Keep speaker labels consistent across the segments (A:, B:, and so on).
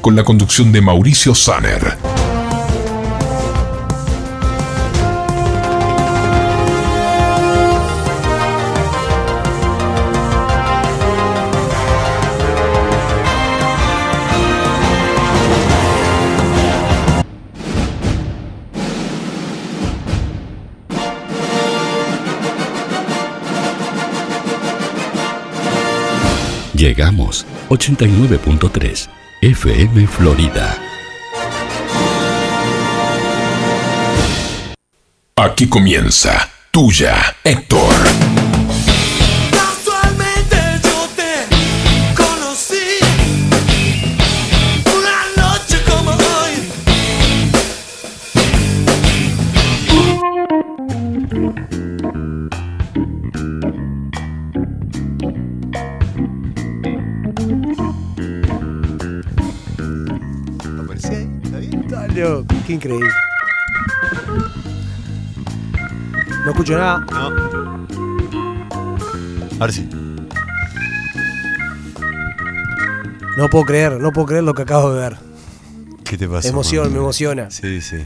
A: con la conducción de Mauricio Sanner.
B: Llegamos 89.3 FM Florida.
A: Aquí comienza Tuya, Héctor.
C: Casualmente yo te conocí una noche como hoy.
D: Aparecí ahí, ¿está bien? Dale, qué increíble. No escucho nada.
E: No. Ahora sí.
D: No puedo creer, no puedo creer lo que acabo de ver.
E: ¿Qué te pasa?
D: Me emociona, me emociona.
E: Sí, sí.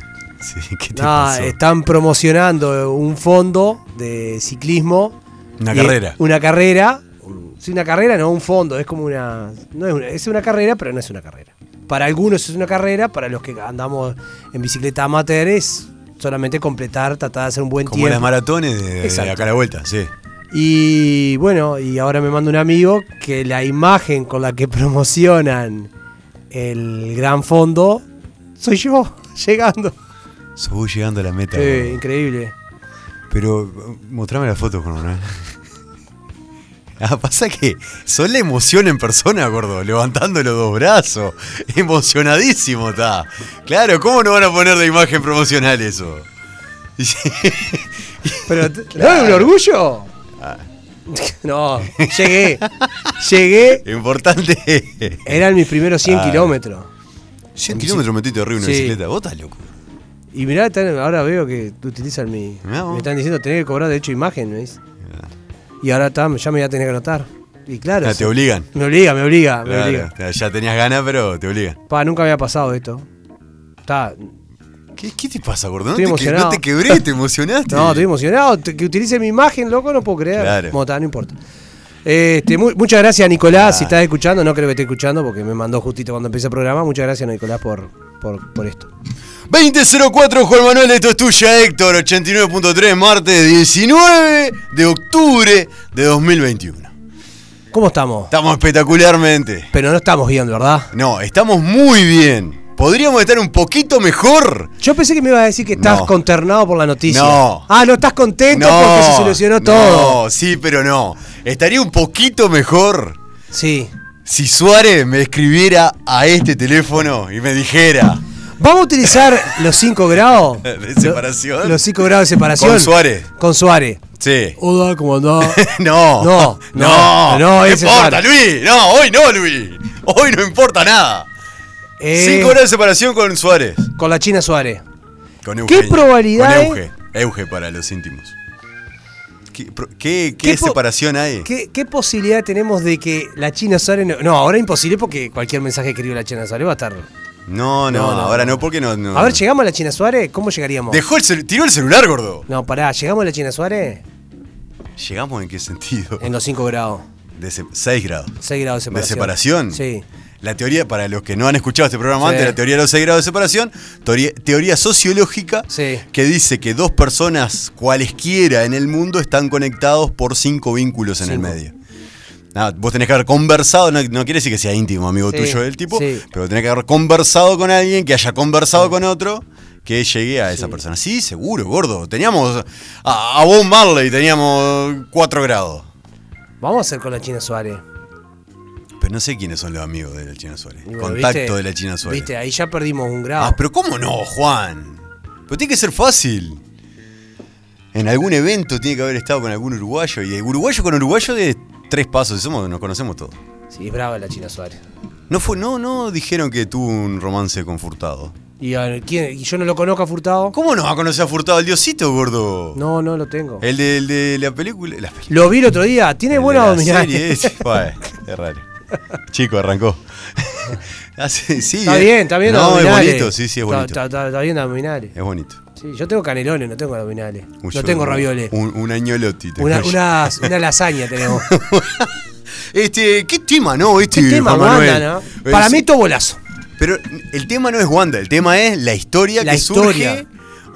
E: Sí, ¿qué te
D: Nada,
E: pasó?
D: están promocionando un fondo de ciclismo.
E: Una
D: Y-
E: carrera.
D: Una carrera. Sí, una carrera, no un fondo. Es como una. No es, una, es una carrera, pero no es una carrera. Para algunos es una carrera, para los que andamos en bicicleta amateur es solamente completar, tratar de hacer un buen
E: Como
D: tiempo.
E: las maratones de, de
D: Exacto.
E: acá a la vuelta, sí.
D: Y bueno, y ahora me manda un amigo que la imagen con la que promocionan el gran fondo soy yo, llegando.
E: Sos vos llegando a la meta.
D: Eh,
E: boludo.
D: increíble.
E: Pero eh, mostrame la foto, gordo. ¿no? Ah, pasa que son la emoción en persona, gordo, levantando los dos brazos. Emocionadísimo está. Claro, ¿cómo no van a poner de imagen promocional eso? Y sí,
D: Pero, t- ¿no es un orgullo?
E: Ah.
D: No, llegué. Llegué.
E: Importante.
D: Eran mis primeros 100
E: Ah.
D: kilómetros.
E: 100 kilómetros metiste arriba de una
D: Sí.
E: bicicleta. Vos estás loco.
D: Y mirá, están- ahora veo que utilizan mi.
E: Mirá vos.
D: Me están diciendo tener que cobrar derecho de imagen, ¿me dice? Y ahora tam- ya me voy a tener que anotar. Y claro.
E: Ah,
D: sí.
E: te obligan.
D: Me obliga, me obliga, me
E: Claro,
D: obliga.
E: ya tenías ganas, pero te obligan.
D: Pa, nunca me había pasado esto. Está.
E: ¿Qué, qué te pasa, gordo? No, te,
D: Estoy
E: que-
D: emocionado.
E: no te quebré, te emocionaste.
D: No, estoy emocionado. Te- Que utilice mi imagen, loco, no puedo creer.
E: Claro.
D: Bueno, está, no importa. Este, mu- muchas gracias, Nicolás, si estás escuchando. No creo que esté escuchando porque me mandó justito cuando empecé el programa. Muchas gracias, Nicolás, por, por, por esto.
E: 2004 Juan Manuel, esto es tuya, Héctor. 89.3, martes 19 de octubre de 2021.
D: ¿Cómo estamos?
E: Estamos espectacularmente.
D: Pero no estamos guiando, ¿verdad?
E: No, estamos muy bien. ¿Podríamos estar un poquito mejor?
D: Yo pensé que me ibas a decir que estás
E: No.
D: conternado por la noticia.
E: No.
D: Ah, no estás contento porque se solucionó todo.
E: No, sí, pero no. Estaría un poquito mejor
D: Sí.
E: si Suárez me escribiera a este teléfono y me dijera.
D: Vamos a utilizar los 5 grados.
E: De separación.
D: Los 5 grados de separación.
E: Con Suárez.
D: Con Suárez.
E: Sí.
D: Hola, ¿cómo andás?
E: No,
D: No, no,
E: no,
D: no,
E: no
D: ese es
E: importa,
D: raro.
E: Luis. No, hoy no, Luis. Hoy no importa nada.
D: Eh,
E: Cinco horas de separación con Suárez.
D: Con la China Suárez.
E: Con Eugenio.
D: ¿Qué probabilidad eh?
E: Con
D: es?
E: Euge. Euge para los íntimos. ¿Qué, pro- qué-
D: ¿Qué
E: qué
D: po-
E: separación hay?
D: ¿Qué, qué posibilidad tenemos de que la China Suárez... No, no, ahora es imposible porque cualquier mensaje que escribe la China Suárez va a estar...
E: No, no,
D: No, no,
E: ahora
D: no.
E: no, porque no. no.
D: A ver, ¿llegamos a la China Suárez? ¿Cómo llegaríamos?
E: Dejó el celu- tiró el celular, gordo.
D: No, pará, ¿llegamos a la China Suárez?
E: ¿Llegamos en qué sentido?
D: En los 5 grados.
E: De 6 grados.
D: 6 grados de
E: ¿De separación?
D: separación. Sí.
E: La teoría, para los que no han escuchado este programa
D: Sí.
E: antes, la teoría de los 6 grados de separación, teoría, teoría sociológica
D: Sí.
E: que dice que dos personas cualesquiera en el mundo están conectados por cinco vínculos en el
D: Cinco.
E: medio. Nada, vos tenés que haber conversado, no, no quiere decir que sea íntimo amigo
D: Sí,
E: tuyo del tipo,
D: sí.
E: pero tenés que haber conversado con alguien, que haya conversado con otro, que llegue a esa persona. Sí, seguro, gordo. Teníamos a, a Bob Marley, teníamos 4 grados.
D: Vamos a hacer con la China Suárez.
E: Pero no sé quiénes son los amigos de la China Suárez.
D: Y bueno,
E: Contacto
D: ¿viste?
E: de la China Suárez.
D: Viste, ahí ya perdimos un grado.
E: Ah, pero ¿cómo no, Juan? Pero tiene que ser fácil. En algún evento tiene que haber estado con algún uruguayo. Y uruguayo con uruguayo de tres pasos. Somos, nos conocemos todos.
D: Sí, es brava la China Suárez.
E: No fue, no, no dijeron que tuvo un romance con Furtado.
D: ¿Y, a ver, ¿quién? ¿Y yo no lo conozco a Furtado?
E: ¿Cómo no va a conocer a Furtado el diosito, gordo?
D: No, no lo tengo.
E: El de, el de la película. La película.
D: Lo vi el otro día. Tiene buena
E: la
D: dominancia.
E: serie, ese. Fue, es raro. Chico, arrancó. Hace- sí,
D: Está
E: eh.
D: bien, está bien. los
E: No, es
D: abdominales.
E: bonito, sí, sí, es
D: Está-
E: bonito.
D: Está, está- está bien los abdominales.
E: Es bonito.
D: Sí, yo tengo canelones, no tengo abdominales.
E: Uy,
D: no
E: yo-
D: tengo ravioles.
E: Un, un agnolotti. te
D: Una,
E: callo.
D: una, una lasaña tenemos.
E: Este, ¿qué tema, no? Este,
D: ¿Qué tema,
E: Juan Manuel?
D: Wanda, no?
E: Eh,
D: Para
E: sí,
D: mí, todo bolazo.
E: Pero el tema no es Wanda, el tema es la historia
D: La
E: que
D: historia.
E: surge.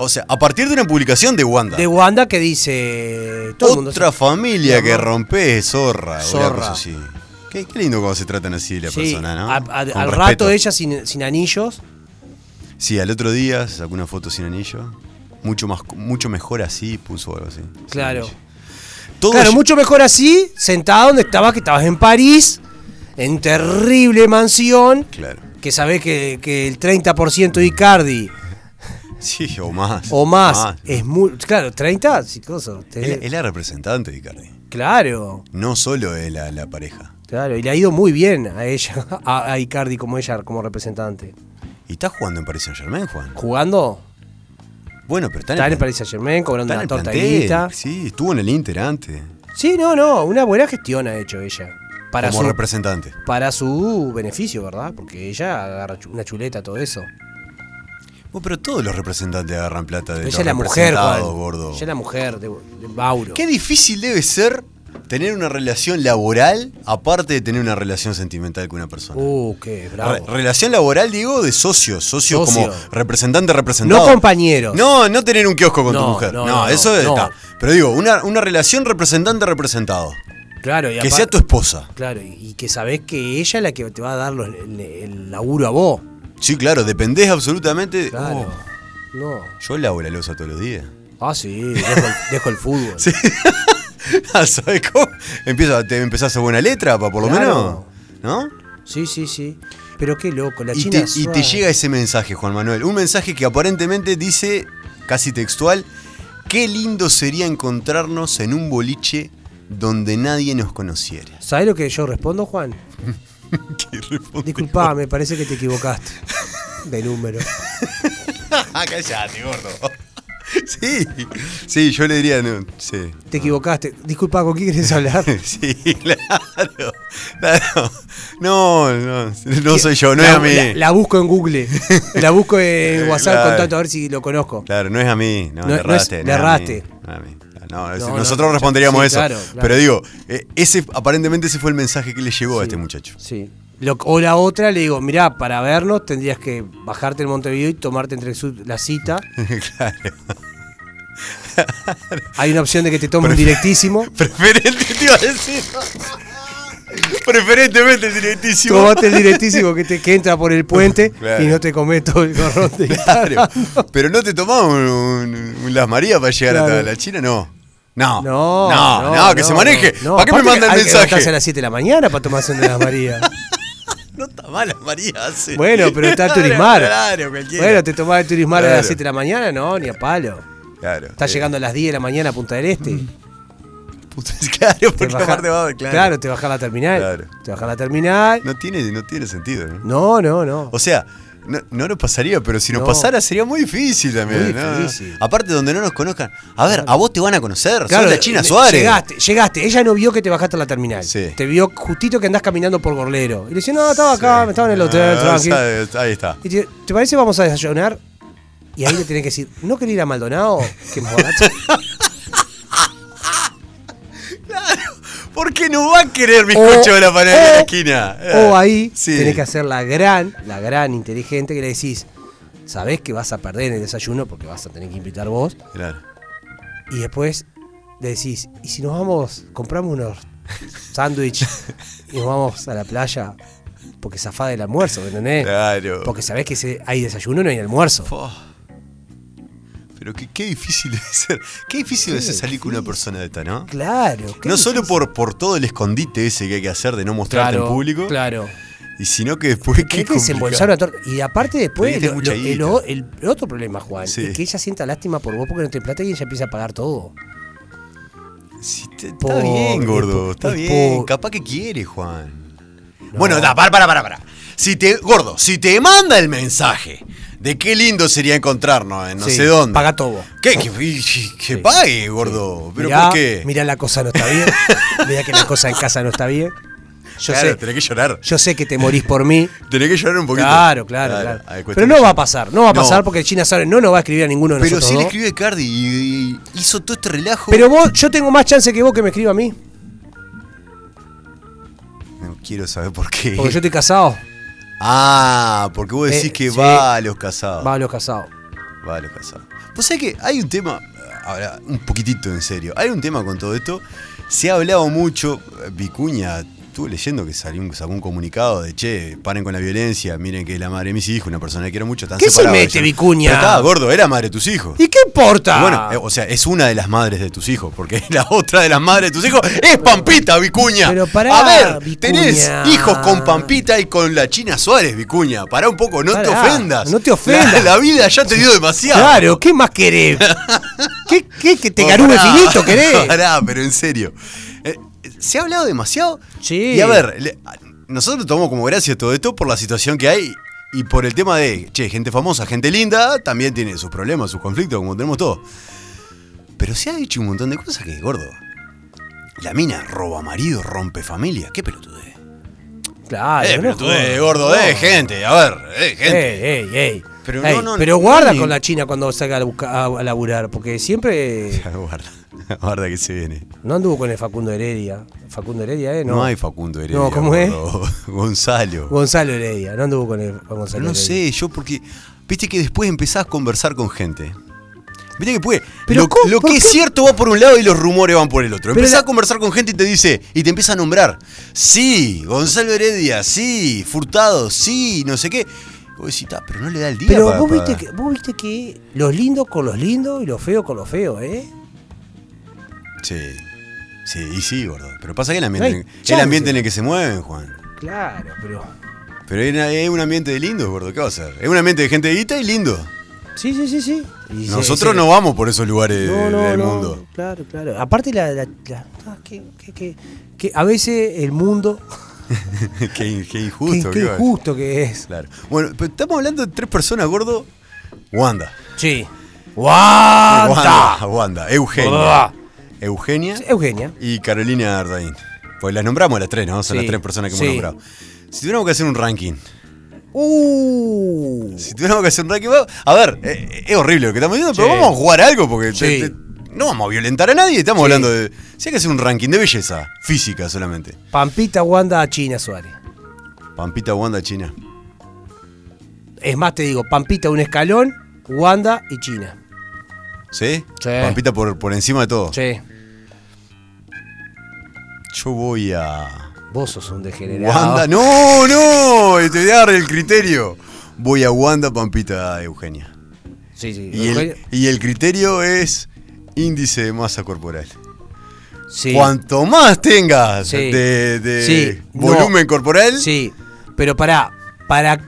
E: O sea, a partir de una publicación de Wanda.
D: De Wanda que dice. Todo el mundo
E: Otra
D: se-
E: familia
D: Mi
E: que
D: amor.
E: rompe zorra.
D: Zorra.
E: Una cosa así. Qué, qué lindo cuando se tratan así de la
D: Sí,
E: persona, ¿no?
D: a- a-
E: Con
D: al
E: respeto.
D: rato ella sin, sin anillos.
E: Sí, al otro día sacó una foto sin anillo. Mucho, más, mucho mejor así, puso algo así. sin
D: Claro.
E: anillo. Todo
D: claro,
E: ll-
D: mucho mejor así, sentada donde estabas, que estabas en París, en terrible mansión,
E: Claro.
D: que sabés que, que el 30% de Icardi
E: Sí, o más.
D: o más Eh, es muy. Claro, 30, sí, cosa,
E: Es
D: te-
E: la, Ah, es la representante de Icardi.
D: Claro,
E: No solo es la, la pareja.
D: claro, y le ha ido muy bien a ella, a, a Icardi como ella, como representante.
E: Y está jugando en Paris Saint Germain, Juan.
D: Jugando,
E: Bueno, pero está en,
D: está
E: el
D: en
E: plan-
D: Paris Saint Germain, cobrando
E: está en
D: una
E: el
D: torta
E: plantel.
D: guita.
E: Sí, estuvo en el Inter antes.
D: Sí, no, no, una buena gestión ha hecho ella. Para
E: como
D: su,
E: representante.
D: para su beneficio, ¿verdad? Porque ella agarra chu- una chuleta, todo eso.
E: Bueno, pero todos los representantes agarran plata de
D: Ella
E: los
D: es la mujer, Juan.
E: representados, gordo.
D: Ella es la mujer de, de Mauro.
E: Qué difícil debe ser tener una relación laboral aparte de tener una relación sentimental con una persona.
D: Uh, qué
E: Re-
D: bravo.
E: relación laboral, digo, de socios. Socios
D: Socio.
E: como representante, representado.
D: no compañeros.
E: No, no tener un kiosco con tu
D: No,
E: mujer.
D: no,
E: No,
D: no,
E: eso
D: no.
E: está. Pero digo, una, una relación representante, representado.
D: Claro, y
E: Que
D: apar-
E: sea tu esposa.
D: Claro, y, y que sabés que ella es la que te va a dar los- el, el laburo a vos.
E: Sí, claro, dependés absolutamente. de-
D: Claro.
E: Oh,
D: No.
E: yo lavo la losa todos los días.
D: Ah, sí, dejo el, dejo el fútbol.
E: Ah, ¿Sabes cómo? Empieza, te empezás a buena letra, pa, por lo
D: Claro.
E: menos. ¿No?
D: Sí, sí, sí. Pero qué loco, la
E: Y
D: China
E: te,
D: es
E: y te
D: suave.
E: llega ese mensaje, Juan Manuel. Un mensaje que aparentemente dice, casi textual, qué lindo sería encontrarnos en un boliche donde nadie nos conociera.
D: ¿Sabés lo que yo respondo, Juan?
E: ¿Qué responde?
D: Disculpa, me parece que te equivocaste. De número.
E: Ah, cállate, gordo. Sí, sí, yo le diría, no, sí.
D: Te equivocaste. Disculpa, ¿con quién querés hablar?
E: Sí, claro. claro. No, no, no soy yo, no
D: la,
E: es a mí.
D: La, la busco en Google. La busco en WhatsApp,
E: Claro.
D: contacto, a ver si lo conozco.
E: Claro, no es a mí, no,
D: No,
E: le
D: no es-
E: erraste.
D: le
E: no es a mí,
D: erraste.
E: no es a mí. Ah, No, es-
D: No, no,
E: nosotros
D: yo-
E: responderíamos
D: sí,
E: eso.
D: claro, claro.
E: Pero digo, eh, ese aparentemente ese fue el mensaje que le llegó a este muchacho.
D: Sí. Lo- o la otra le digo, mirá, para vernos tendrías que bajarte en Montevideo y tomarte entre su- la cita.
E: claro.
D: Hay una opción de que te tome un directísimo.
E: Preferente, te iba a decir. Preferentemente el directísimo.
D: Tomate el directísimo que, te, que entra por el puente
E: Claro.
D: y no te comes todo el gorrón de
E: Claro. Pero no te tomaba un, un- un Las Marías para llegar
D: Claro.
E: hasta la China, no. No,
D: No,
E: no, no, que se maneje.
D: no.
E: ¿Para qué me
D: Aparte
E: manda el
D: hay que levantarse
E: mensaje?
D: a las 7 de la mañana para tomarse un de las Marías.
E: No está mal Las Marías. hace.
D: Bueno, pero está el
E: Claro,
D: turismar.
E: Claro, cualquiera.
D: Bueno, te tomás el turismar a las
E: Claro.
D: 7 de la mañana, no, ni a palo.
E: Claro.
D: Estás
E: Eh,
D: llegando a las 10 de la mañana a Punta del Este.
E: Claro,
D: Te
E: porque
D: bajás-
E: aparte va, claro.
D: claro, te bajás a la terminal.
E: Claro.
D: Te bajás a la terminal.
E: No tiene, no tiene sentido, ¿no?
D: No, no, no.
E: O sea, no, no nos pasaría, pero si nos
D: No.
E: pasara sería muy difícil también.
D: Muy
E: ¿no?
D: difícil.
E: Aparte, donde no nos conozcan. A ver, a vos te van a conocer. Sos la China
D: le-
E: Suárez.
D: Llegaste, llegaste. Ella no vio que te bajaste a la terminal.
E: Sí.
D: Te vio justito que andás caminando por Gorlero. Y le dice, no, estaba acá,
E: Sí.
D: me estaba en el
E: Ah,
D: hotel, tranqui.
E: sabe, Ahí está.
D: Y te, ¿te parece vamos a desayunar? Y ahí le tenés que decir, ¿no querés ir a Maldonado? Que es más barato.
E: ¿Por qué no va a querer bizcocho
D: O-
E: de la panadería de la
D: o-
E: esquina? Eh,
D: O ahí
E: Sí.
D: tenés que hacer la gran, la gran inteligente que le decís, sabés que vas a perder en el desayuno porque vas a tener que invitar vos.
E: Claro.
D: Y después le decís, ¿y si nos vamos, compramos unos sándwiches y nos vamos a la playa? Porque zafá del almuerzo, ¿entendés?
E: Claro.
D: Eh, Porque sabés que se- hay desayuno, no hay almuerzo.
E: Fo. Pero qué, qué difícil debe ser. Qué difícil debe ser salir con una persona de esta, ¿no?
D: Claro. qué
E: No solo
D: difícil.
E: por, por todo el escondite ese que hay que hacer de no mostrarte
D: Claro,
E: en público.
D: Claro.
E: Y sino que después
D: Tenés
E: qué
D: que desembolsar
E: complicado.
D: una torta. Y aparte después,
E: Perdiste
D: lo-
E: mucha
D: lo- el,
E: guita.
D: o- el otro problema, Juan,
E: Sí.
D: es que ella sienta lástima por vos porque no te plata y ella empieza a pagar todo.
E: Sí, te- está
D: Pobre,
E: bien, gordo.
D: po-
E: Está
D: po-
E: bien.
D: po-
E: Capaz que quiere, Juan. Bueno, da, para, para, para, para. Si te, gordo, si te manda el mensaje de qué lindo sería encontrarnos en no
D: Sí,
E: sé dónde.
D: paga todo.
E: ¿Qué? Que, que pague, gordo. ¿Pero
D: mirá,
E: por qué?
D: mirá la cosa no está bien. mirá que la cosa en casa no está bien. Yo
E: claro,
D: sé-
E: tenés que llorar.
D: Yo sé que te morís por mí.
E: Tenés que llorar un poquito.
D: Claro, claro, claro.
E: hay cuestión de
D: Pero no va a
E: llorar.
D: pasar, no va a
E: No.
D: pasar porque China Suárez no nos va a escribir a ninguno de
E: Pero
D: nosotros.
E: sí le
D: dos.
E: escribió a Cardi y, y hizo todo este relajo.
D: Pero vos, yo tengo más chance que vos que me escriba a mí.
E: No quiero saber por qué.
D: Porque yo estoy casado.
E: Ah, porque vos decís
D: Eh,
E: que
D: sí.
E: va a los casados.
D: Va a los casados.
E: Va a los casados. Vos Pues sabés que hay un tema, ahora un poquitito en serio, hay un tema con todo esto. Se ha hablado mucho, Vicuña, estuve leyendo que salió un, sacó un comunicado de, che, paren con la violencia, miren que la madre de mis hijos, una persona que quiero mucho, están
D: ¿Qué se
E: separados.
D: mete,
E: Yo-
D: Vicuña?
E: Pero Estaba gordo, era madre de tus hijos.
D: ¿Y qué importa?
E: Y Bueno, eh, o sea, es una de las madres de tus hijos, porque la otra de las madres de tus hijos es Pampita, Vicuña.
D: Pero pará,
E: A ver,
D: Vicuña.
E: tenés hijos con Pampita y con la China Suárez, Vicuña. Pará un poco, no te
D: Pará,
E: ofendas.
D: no te ofendas.
E: La, la vida ya te dio demasiado.
D: claro, ¿qué más querés? ¿Qué, qué que te
E: No,
D: garube
E: Oh, pará,
D: finito querés?
E: Pará, pero en serio. Eh, ¿Se ha hablado demasiado?
D: Sí.
E: Y a ver, le- a- nosotros tomamos como gracia todo esto por la situación que hay y por el tema de, che, gente famosa, gente linda, también tiene sus problemas, sus conflictos, como tenemos todos. Pero se ha dicho un montón de cosas que, gordo. La mina roba marido, rompe familia. Qué pelotudez.
D: Claro,
E: eh,
D: no
E: pelotudez,
D: jodas.
E: gordo, eh, gente. A ver, eh, gente.
D: Ey, ey, ey.
E: Pero
D: Pero,
E: no, no, no,
D: guarda
E: ni-
D: con la China cuando salga a, busca- a- a laburar, porque siempre
E: Guarda, guarda que se viene.
D: no anduvo con el Facundo Heredia. Facundo Heredia, ¿eh? No,
E: No, hay Facundo Heredia.
D: No, ¿cómo es?
E: gordo. Gonzalo.
D: Gonzalo Heredia, no anduvo con el con Gonzalo
E: No
D: Heredia.
E: sé, yo porque. Viste que después empezás a conversar con gente. Viste que puede.
D: Pero
E: lo
D: ¿cómo?
E: lo
D: ¿Por
E: que es
D: qué?
E: cierto va por un lado y los rumores van por el otro.
D: Pero
E: Empezás
D: la-
E: a conversar con gente y te dice. Y te empieza a nombrar. Sí, Gonzalo Heredia, sí, Furtado, sí, no sé qué. Vos decís, "Ta, pero no le da el día.
D: Pero
E: pa-
D: vos,
E: pa-
D: viste que, vos viste que los lindos con los lindos y los feos con los feos, ¿eh?
E: Sí. Sí, y sí, gordo. Pero pasa que el
D: No
E: ambiente,
D: hay
E: el
D: chance.
E: ambiente en el que se mueven, Juan.
D: Claro, pero.
E: Pero hay, una- hay un ambiente de lindos, gordo. ¿Qué va a ser? Es un ambiente de gente de guita y lindo.
D: Sí, sí, sí, sí. Y se-
E: Nosotros
D: se-
E: no vamos por esos lugares
D: No, no,
E: del
D: no,
E: mundo.
D: Claro, claro. Aparte, la. la- la- ah, que- que- que- que a veces el mundo.
E: qué, in- qué
D: qué-
E: injusto,
D: qué
E: qué va.
D: injusto que es.
E: Claro. Bueno, pero estamos hablando de tres personas, gordo. Wanda.
D: Sí. ¡Guanta!
E: Wanda, Wanda. Eugenia.
D: Guarda.
E: Eugenia
D: Eugenia.
E: y Carolina Ardaín. Pues las nombramos a las tres, ¿no? Son
D: Sí,
E: las tres personas que hemos
D: sí.
E: nombrado. Si tuviéramos que hacer un ranking.
D: Uh,
E: Si tuviéramos que hacer un ranking. va- A ver, eh, es horrible lo que estamos diciendo, pero
D: Sí.
E: vamos a jugar algo porque te-
D: Sí.
E: te- no vamos a violentar a nadie. Estamos
D: Sí.
E: hablando de. Si hay que hacer un ranking de belleza, física solamente.
D: Pampita Wanda China Suárez.
E: Pampita, Wanda, China.
D: Es más, te digo, Pampita un escalón, Wanda y China.
E: ¿Sí?
D: Sí.
E: Pampita por, por encima de todo.
D: Che,
E: Yo voy a.
D: vos sos un degenerado.
E: Wanda, no, no, te voy a dar el criterio. Voy a Wanda Pampita ah, Eugenia.
D: Sí, sí.
E: Y el, y el criterio es índice de masa corporal.
D: Sí.
E: Cuanto más tengas
D: Sí.
E: de, de
D: Sí, no.
E: volumen corporal,
D: Sí, pero pará, para...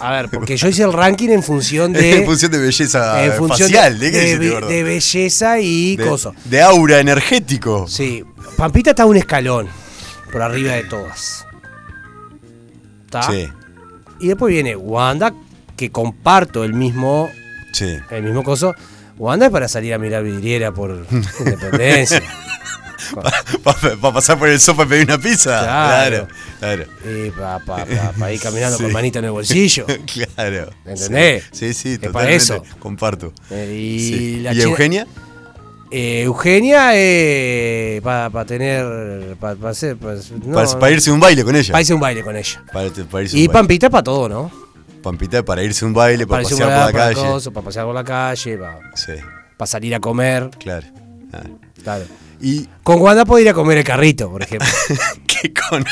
D: A ver, porque yo hice el ranking en función de...
E: en función de belleza
D: en función
E: facial,
D: de,
E: ¿de qué
D: de
E: decís,
D: be-
E: gordo?
D: de belleza y
E: De-
D: coso.
E: de aura energético.
D: Sí, Pampita está un escalón por arriba de todas. ¿Está?
E: sí,
D: Y después viene Wanda, que comparto el mismo,
E: sí.
D: el mismo coso. Wanda es para salir a mirar vidriera por independencia.
E: Para pasar por el sopa y pedir una pizza.
D: Claro.
E: claro.
D: Y para ir caminando
E: Sí.
D: con manita en el bolsillo.
E: Claro.
D: ¿Entendés?
E: Sí, sí,
D: Es para
E: totalmente.
D: eso.
E: Comparto.
D: Eh,
E: Sí.
D: Y,
E: ¿Y,
D: la china-
E: Eugenia?
D: Eh, Eugenia eh, para tener. Para hacer. pa- no,
E: para, para irse a un baile con ella.
D: pa' irse a un baile con ella.
E: Para, para irse a
D: Y
E: un baile.
D: Pampita para todo, ¿no?
E: Pampita para irse a un baile, para,
D: Para irse a un
E: pasear por la
D: para
E: calle.
D: para pasear por la calle, para
E: Sí,
D: salir a comer.
E: claro. Ah.
D: Claro.
E: Y
D: Con Wanda podría ir a comer el carrito, por ejemplo.
E: que con,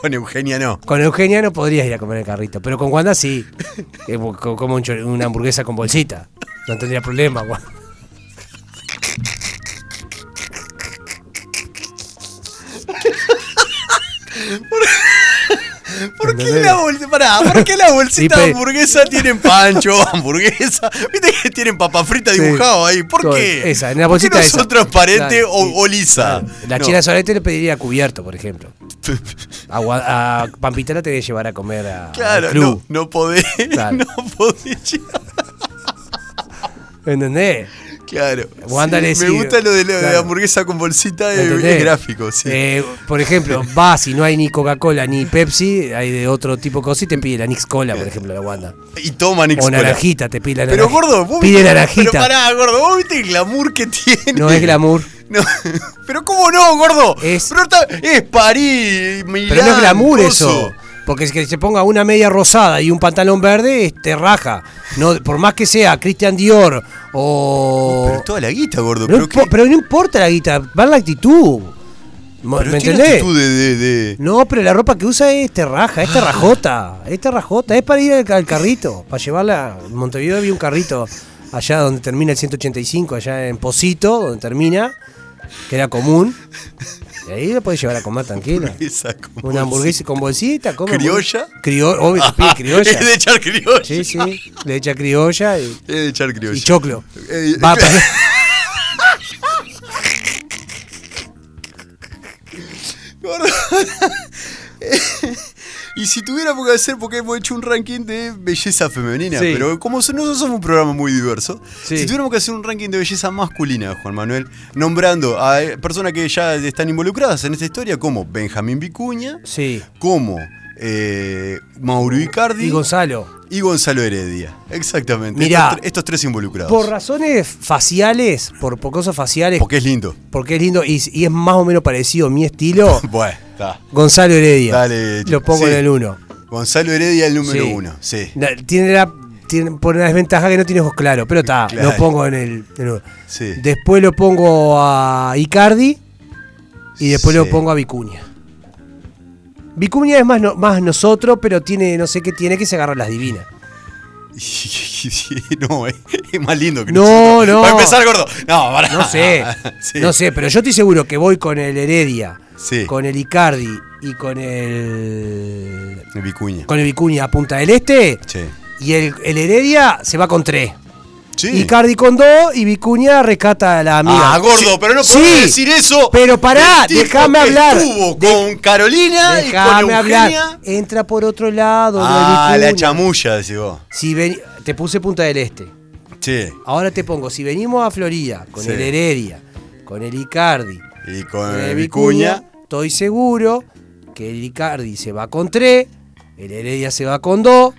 E: con Eugenia no.
D: con Eugenia no podrías ir a comer el carrito, pero con Wanda sí. Eh, bo- co- Como un chor- una hamburguesa con bolsita. No tendría problema, Wanda.
E: ¿Por qué, la bol- pará, ¿por qué la bolsita
D: Y pe-
E: de hamburguesa tienen pancho, hamburguesa? Viste que tienen papa frita
D: Sí.
E: dibujado ahí. ¿Por
D: Todo,
E: qué?
D: esa, en la
E: ¿Por qué
D: bolsita
E: no
D: esa.
E: son transparente
D: Claro,
E: o,
D: sí.
E: o lisa?
D: La
E: Ah, No.
D: China Solete le pediría cubierto, por ejemplo. A, Gua- a Pampita la tenés que llevar a comer a,
E: Claro,
D: al
E: no,
D: club.
E: no podés.
D: Claro.
E: No podés.
D: ¿Entendés?
E: Claro.
D: Vos andá
E: Sí,
D: a decir,
E: me gusta lo de la, de
D: claro.
E: hamburguesa con bolsita
D: ¿Me
E: de,
D: entendés?
E: gráfico, sí.
D: Eh, por ejemplo, vas y no hay ni Coca-Cola ni Pepsi, hay de otro tipo de cosas y te pide la Nix Cola, por ejemplo, la Wanda.
E: y toma Eh, Nix
D: O
E: Cola.
D: naranjita, te pide la
E: Pero
D: naranjita.
E: gordo, vos
D: Pide
E: viste-
D: naranjita.
E: Pero pará, gordo, vos viste el glamour que tiene.
D: No es glamour.
E: No, pero cómo no, gordo.
D: Es-
E: pero está- es París, Milán.
D: Pero no es glamour
E: coso.
D: eso. Porque es que se ponga una media rosada y un pantalón verde, es- te raja. No, por más que sea Christian Dior o.
E: Pero es toda la guita, gordo.
D: No
E: Pero,
D: impo-
E: qué-
D: pero no importa la guita, va la actitud. Mo-
E: pero
D: ¿Me
E: tiene
D: entendés?
E: actitud de- de- de-
D: No, pero la ropa que usa es terraja, es
E: Ah.
D: terrajota, es terrajota, es para ir al, al carrito, para llevarla. En Montevideo había un carrito allá donde termina el 185, allá en Posito, donde termina, que era común. Y ahí la podés llevar a comer tranquilo.
E: esa como-
D: Una hamburguesa con bolsita, come
E: ¿Criolla? Ah,
D: Criolla, obvio, te pide criolla.
E: Es de echar criolla.
D: Sí, sí, le echa criolla y,
E: Es de echar criolla.
D: y choclo.
E: Eh,
D: Va,
E: eh,
D: perdón.
E: Gordo. Y si tuviéramos que hacer, porque hemos hecho un ranking de belleza femenina,
D: Sí.
E: pero como so- nosotros somos un programa muy diverso,
D: Sí.
E: si tuviéramos que hacer un ranking de belleza masculina, Juan Manuel, nombrando a eh, personas que ya están involucradas en esta historia, como Benjamín Vicuña,
D: Sí.
E: como eh, Mauro Icardi
D: Y Gonzalo.
E: y Gonzalo Heredia. Exactamente.
D: Mirá.
E: estos, tre- estos tres involucrados.
D: Por razones faciales, por, por cosas faciales,
E: Porque es lindo.
D: porque es lindo y, y es más o menos parecido a mi estilo,
E: Bueno, está.
D: Gonzalo Heredia.
E: Dale,
D: Lo pongo
E: sí.
D: en el 1.
E: Gonzalo Heredia, el número
D: Sí.
E: uno. Sí.
D: Tiene la tiene, por una desventaja que no tienes vos claro, pero está,
E: Claro.
D: lo pongo en el 1.
E: Sí.
D: Después lo pongo a Icardi y después
E: Sí.
D: lo pongo a Vicuña. Vicuña es más, no- más nosotros, pero tiene, no sé qué tiene, que se agarra las divinas.
E: no, es, es más lindo que
D: No,
E: nosotros.
D: no.
E: Va a empezar gordo. No, pará.
D: No sé,
E: Sí.
D: no sé, pero yo estoy seguro que voy con el Heredia,
E: Sí.
D: con el Icardi y con el
E: Vicuña.
D: con el Vicuña a Punta del Este
E: Sí.
D: y el, el Heredia se va con tres.
E: Sí.
D: Icardi con dos y Vicuña rescata a la amiga.
E: Ah, gordo,
D: Sí.
E: pero no podés
D: Sí,
E: decir eso.
D: Pero
E: del
D: pará,
E: tipo
D: déjame
E: que
D: hablar.
E: Estuvo con Carolina y con
D: Déjame
E: Eugenia.
D: hablar. Entra por otro lado. lo de
E: Ah, la
D: Vicuña.
E: chamulla, decís vos.
D: Si ven- te puse Punta del Este.
E: Sí.
D: Ahora te pongo, si venimos a Florida con
E: Sí.
D: el Heredia, con el Icardi,
E: Y
D: con
E: con
D: el
E: eh,
D: Vicuña,
E: Vicuña.
D: estoy seguro que el Icardi se va con tres, el Heredia se va con dos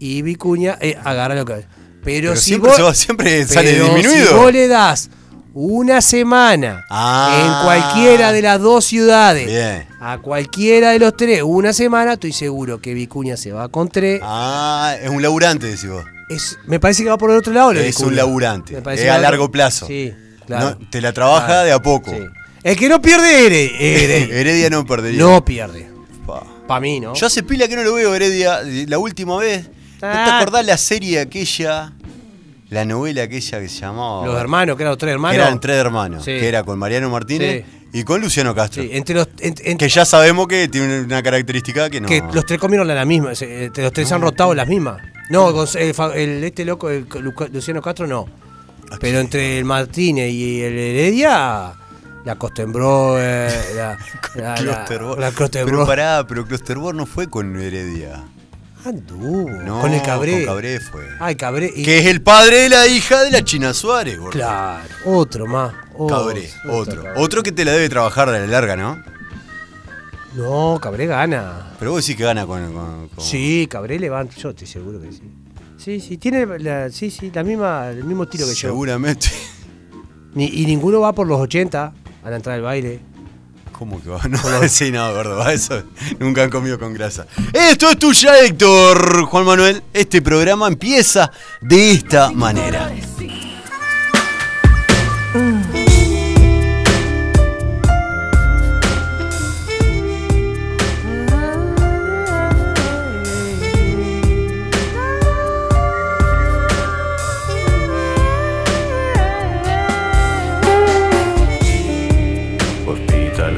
D: y Vicuña eh, agarra lo que. Pero,
E: Pero
D: si
E: siempre,
D: vos-
E: se va- siempre sale
D: Pero
E: disminuido.
D: Si vos le das una semana
E: Ah.
D: en cualquiera de las dos ciudades,
E: Bien.
D: a cualquiera de los tres, una semana, estoy seguro que Vicuña se va con tres.
E: Ah, es un laburante, decís vos.
D: Es- me parece que va por el otro lado. lo de
E: Es
D: Vicuña.
E: un laburante.
D: Me parece
E: Es
D: que
E: a
D: va-
E: largo plazo.
D: Sí, claro.
E: No, te la trabaja de a poco.
D: Sí. El que no pierde, Heredia. Heredia.
E: Heredia no perdería.
D: no pierde.
E: Pa.
D: Para mí, ¿no?
E: Yo hace pila que no lo veo, Heredia. La última vez. ¿No te
D: Ah.
E: acordás la serie aquella? La novela aquella que se llamaba.
D: los hermanos, que eran los tres
E: Que
D: hermanos.
E: eran tres hermanos.
D: Sí.
E: Que era con Mariano Martínez y con Luciano Castro.
D: Sí, entre los, ent- ent-
E: Que ya sabemos que tiene una característica que no.
D: que los tres comieron la, la misma. se- eh, los tres se han rotado las mismas. No, Gonz- el, fa- el- este loco, el Luca- Luciano Castro, no.
E: Ah,
D: Pero entre el Martínez y el Heredia, la Costenbro. eh, la, la, la-
E: Clusterboard.
D: la Costenbro.
E: Ah, Pero pará, pero Clusterboard no fue con Heredia.
D: Anduvo.
E: No,
D: con el Cabré.
E: Con Cabré fue.
D: Ay, Cabré. y-
E: que es el padre de la hija de la China Suárez, gordo.
D: Claro, otro más. o-
E: Cabré, otro.
D: Cabré.
E: Otro que te la debe trabajar a la larga, ¿no?
D: No, Cabré gana.
E: Pero vos decís que gana con. con- con-
D: Sí, Cabré levanta. Yo estoy seguro que sí. Sí, sí, tiene la, sí, sí, la misma, el mismo tiro que yo.
E: Seguramente.
D: Ni- y ninguno va por los 80 a la entrada del baile.
E: ¿Cómo que va? No, sí, no, gordo. va, Eso nunca han comido con grasa. Esto es tuya, Héctor. Juan Manuel, este programa empieza de esta manera.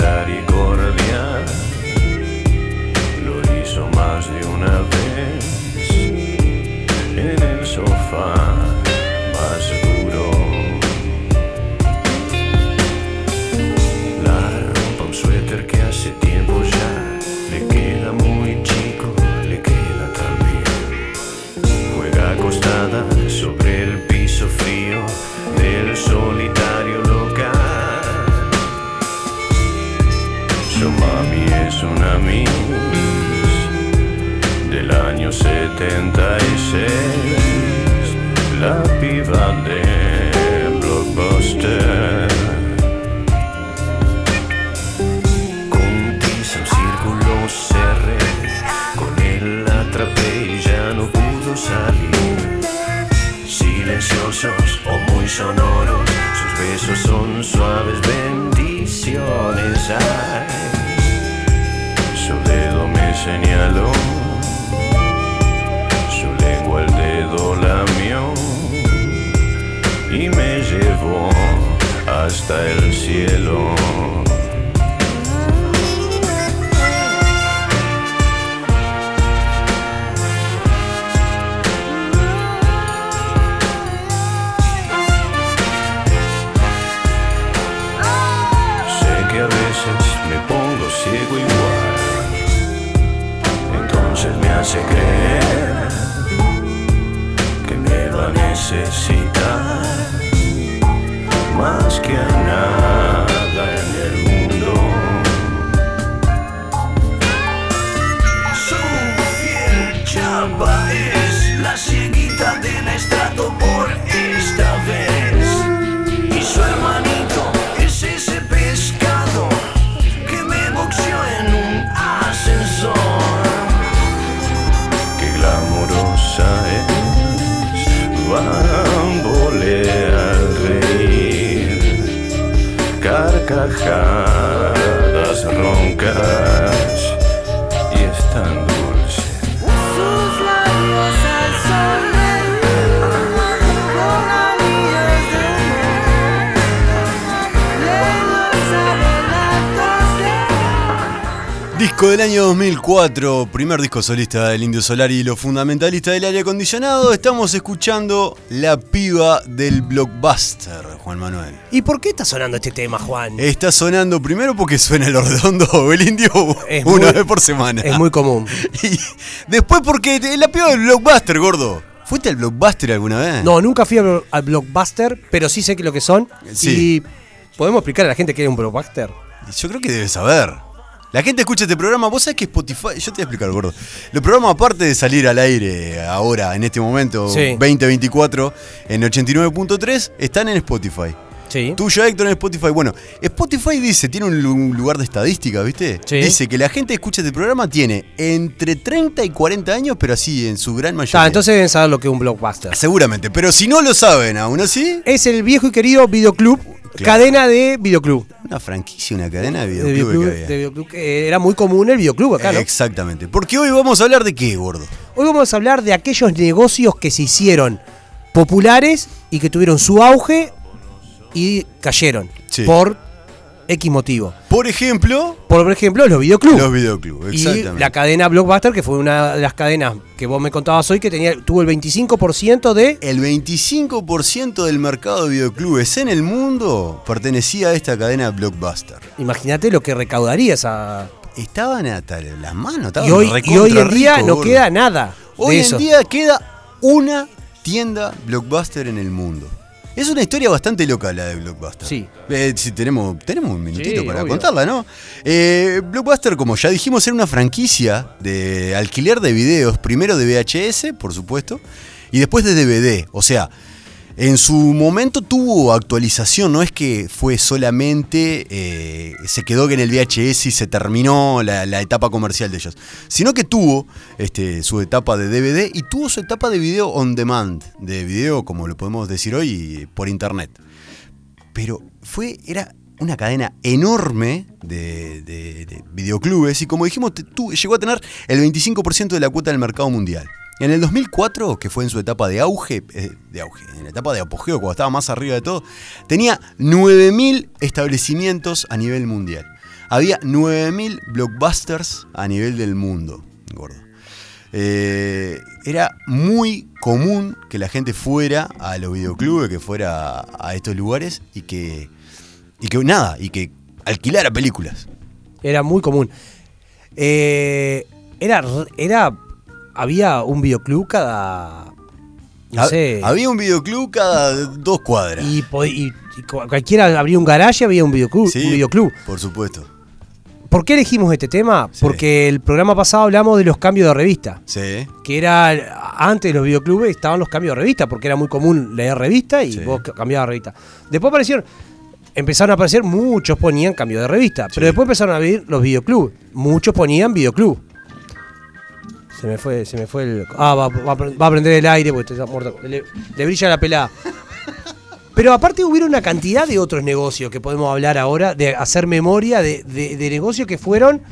F: hospitalaria lo hizo más de una vez en el sofá 76 La piba de Blockbuster Compis en círculo cerré Con él atrapé y ya no pudo salir Silenciosos o muy sonoros Sus besos son suaves bendiciones Ay, su dedo me señaló, su lengua el dedo lamió y me llevó hasta el cielo. Sé que a veces me pongo ciego igual, entonces me hace creer que me va a necesitar más que a nada en el mundo. Su fiel chamba es la cieguita del estrato por esta vez. Y su hermanito es ese pescado que me boxeó en un ascensor. Qué glamorosa es, bambolea al reír, carcajadas roncas y es tan dulce.
G: Sus labios al sol del con anillos de miel, lejos a relatos de
E: Disco del año 2004, primer disco solista del Indio Solari y lo fundamentalista del aire acondicionado. Estamos escuchando La piba del blockbuster, Juan Manuel.
D: ¿Y por qué está sonando este tema, Juan?
E: Está sonando primero porque suena el redondo el indio
D: Es
E: una
D: muy-
E: vez por semana.
D: Es muy común.
E: Y después porque te- la piba del blockbuster, gordo. ¿Fuiste al blockbuster alguna vez?
D: No, nunca fui a blo- al blockbuster, pero sí sé que lo que son.
E: Sí.
D: Y podemos explicar a la gente qué es un blockbuster.
E: Yo creo que debes saber. La gente escucha este programa, vos sabés que Spotify, yo te voy a explicar, gordo. Los programas aparte de salir al aire ahora, en este momento,
D: Sí.
E: 2024, en 89.3, están en Spotify.
D: Sí.
E: Tuyo, Héctor, en Spotify. Bueno, Spotify dice, tiene un lu- un lugar de estadística, ¿viste?
D: Sí.
E: Dice que la gente que escucha este programa tiene entre 30 y 40 años, pero así, en su gran mayoría.
D: Está, Ah, entonces deben saber lo que es un blockbuster.
E: Seguramente, pero si no lo saben aún así,
D: Es el viejo y querido videoclub, cadena de videoclub.
E: una franquicia, una cadena de videoclubes
D: De videoclub-
E: que había.
D: de videoclub, que era muy común el videoclub acá, ¿no?
E: Exactamente. Porque hoy vamos a hablar de qué, gordo.
D: Hoy vamos a hablar de aquellos negocios que se hicieron populares y que tuvieron su auge y cayeron
E: Sí.
D: por X motivo.
E: Por ejemplo,
D: Por ejemplo, los videoclubs.
E: los videoclubes.
D: Uh. Y
E: Exactamente.
D: la cadena Blockbuster, que fue una de las cadenas que vos me contabas hoy, que tenía, tuvo el 25% de.
E: el 25% del mercado de videoclubes en el mundo pertenecía a esta cadena Blockbuster.
D: Imagínate lo que recaudaría esa.
E: Estaban hasta las manos, estaban
D: Y hoy, y
E: recontra
D: hoy en día
E: ricos,
D: no
E: gordo.
D: queda nada.
E: Hoy
D: de
E: en
D: eso.
E: día queda una tienda Blockbuster en el mundo. Es una historia bastante loca la de Blockbuster.
D: Sí.
E: Eh, si tenemos, tenemos un minutito
D: Sí,
E: para
D: obvio.
E: contarla, ¿no? Eh, Blockbuster, como ya dijimos, era una franquicia de alquiler de videos, primero de VHS, por supuesto, y después de DVD. O sea, en su momento tuvo actualización, no es que fue solamente, eh, se quedó que en el VHS y se terminó la, la etapa comercial de ellos, sino que tuvo este, su etapa de DVD y tuvo su etapa de video on demand, de video, como lo podemos decir hoy, por internet. Pero fue, era una cadena enorme de, de- de videoclubes y como dijimos, te- tu- llegó a tener el 25% de la cuota del mercado mundial. En el 2004, que fue en su etapa de auge, eh, de auge, en la etapa de apogeo, cuando estaba más arriba de todo, tenía 9.000 establecimientos a nivel mundial. Había 9.000 blockbusters a nivel del mundo, gordo. Eh, era muy común que la gente fuera a los videoclubes, que fuera a, a estos lugares y que, y que nada, y que alquilara películas.
D: Era muy común. Eh, era, r- era. Había un videoclub cada. No
E: Ha-
D: sé.
E: Ah, Había un videoclub cada dos cuadras.
D: Y, po- y- y cu- cualquiera abría un garaje, había un videoclub.
E: Ah. Sí,
D: Un videoclub.
E: Por supuesto.
D: ¿Por qué elegimos este tema?
E: Sí.
D: Porque el programa pasado hablamos de los cambios de revista.
E: Sí.
D: Que era antes de los videoclubes estaban los cambios de revista, porque era muy común leer revista y
E: Sí.
D: vos ca- cambiabas de revista. Después aparecieron, empezaron a aparecer, muchos ponían cambio de revista,
E: Sí.
D: pero después empezaron a abrir los videoclubs. Muchos ponían videoclub. Se me fue, se me fue el. Ah, va, va a pre- va a prender el aire porque está muerto. Le, le brilla la pelada. Pero aparte hubiera una cantidad de otros negocios que podemos hablar ahora, de hacer memoria de, de- de negocios que fueron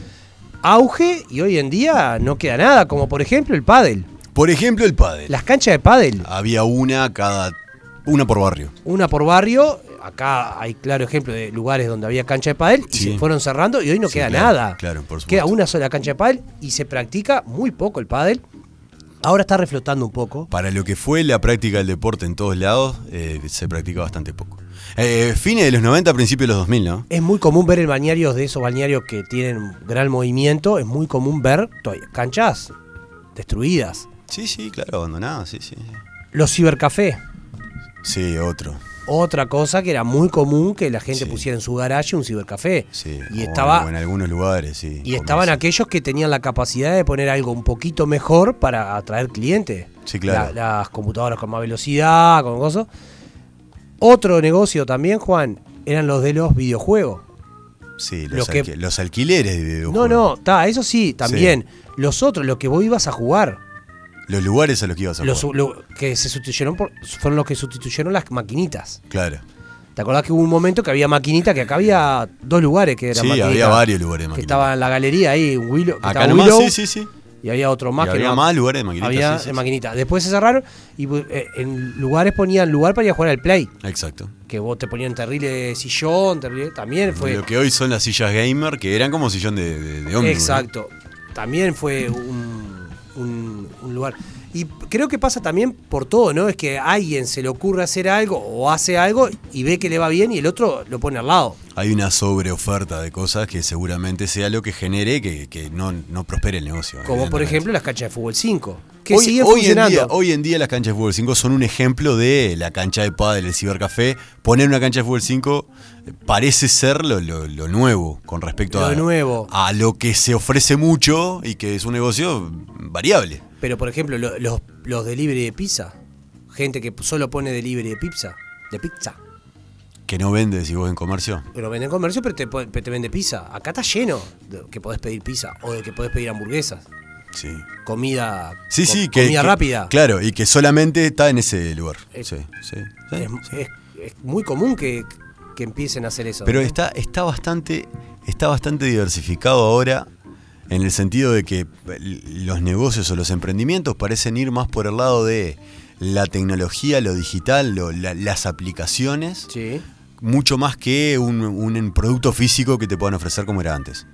D: auge y hoy en día no queda nada, como por ejemplo el pádel.
E: Por ejemplo, el pádel.
D: Las canchas de pádel,
E: Había una cada. Una por barrio.
D: una por barrio, acá hay claro ejemplo de lugares donde había cancha de pádel y
E: Sí.
D: se fueron cerrando y hoy no
E: Sí,
D: queda
E: claro,
D: nada.
E: claro, por supuesto.
D: Queda una sola cancha de pádel y se practica muy poco el pádel. Ahora está reflotando un poco.
E: Para lo que fue la práctica del deporte en todos lados, eh, se practica bastante poco. Eh, fines de los 90, principios de los 2000, ¿no?
D: Es muy común ver en balnearios de esos balnearios que tienen gran movimiento, es muy común ver todavía canchas destruidas.
E: Sí, sí, claro, abandonado, sí, sí.
D: Los cibercafés,
E: Sí, otro.
D: otra cosa que era muy común que la
E: Sí.
D: gente pusiera en su garaje un cibercafé.
E: Sí. oh,
D: y
E: o
D: estaba,
E: En algunos lugares, sí.
D: y estaban
E: comercio.
D: aquellos que tenían la capacidad de poner algo un poquito mejor para atraer clientes.
E: Sí, claro.
D: La- las computadoras con más velocidad, con cosas. Otro negocio también, Juan, eran los de los videojuegos.
E: Sí, los,
D: los que-
E: alqui- los alquileres de
D: No,
E: videojuegos.
D: no, está, eso sí, también. Los otros, los que vos ibas a jugar.
E: Los lugares a los que ibas a
D: Los,
E: jugar.
D: lo- que se sustituyeron por, fueron los que sustituyeron las maquinitas.
E: Claro.
D: ¿Te acordás que hubo un momento que había maquinitas? Que acá había dos lugares que eran
E: Sí,
D: maquinitas.
E: había varios lugares de
D: Que
E: maquinitas.
D: estaba en la galería ahí, un Willow. que
E: Acá
D: estaba
E: nomás,
D: Willow,
E: sí, sí, sí.
D: Y había otro más
E: Y
D: que
E: había
D: no-
E: más lugares de maquinitas.
D: Había
E: sí, sí, sí.
D: maquinitas. Después se cerraron y eh, en lugares ponían lugar para ir a jugar al play.
E: Exacto.
D: Que vos te ponían terrible sillón, terrible. También fue.
E: Lo que hoy son las sillas gamer, que eran como sillón de, de, de ómnibus, ¿no?
D: Exacto. También fue un, un- un lugar. Y creo que pasa también por todo, ¿no? Es que a alguien se le ocurre hacer algo o hace algo y ve que le va bien y el otro lo pone al lado.
E: Hay una sobreoferta de cosas que seguramente sea lo que genere que, que no, no prospere el negocio.
D: Como por
E: evidentemente.
D: ejemplo las canchas de fútbol 5, que
E: hoy,
D: siguen
E: hoy en
D: funcionando.
E: día, hoy en día las canchas de fútbol 5 son un ejemplo de la cancha de pádel, el cibercafé. Poner una cancha de fútbol 5 parece ser lo, lo- lo nuevo con respecto
D: Lo
E: a,
D: nuevo.
E: a lo que se ofrece mucho y que es un negocio variable.
D: Pero por ejemplo lo- los, los delivery de pizza. Gente que solo pone delivery de pizza. De pizza.
E: Que no vende si vos en comercio.
D: Pero venden comercio, pero te, po- pero te vende pizza. Acá está lleno de que podés pedir pizza o de que podés pedir hamburguesas.
E: Sí.
D: Comida,
E: Sí,
D: co-
E: sí, que,
D: comida
E: que-
D: rápida.
E: Claro, y que solamente está en ese lugar.
D: Es-
E: sí, sí. sí,
D: Es,
E: sí.
D: es- es muy común que, que empiecen a hacer eso.
E: Pero está, está, bastante, está bastante diversificado ahora en el sentido de que l- los negocios o los emprendimientos parecen ir más por el lado de la tecnología, lo digital, lo- la- las aplicaciones,
D: Sí.
E: mucho más que un, un producto físico que te puedan ofrecer como era antes.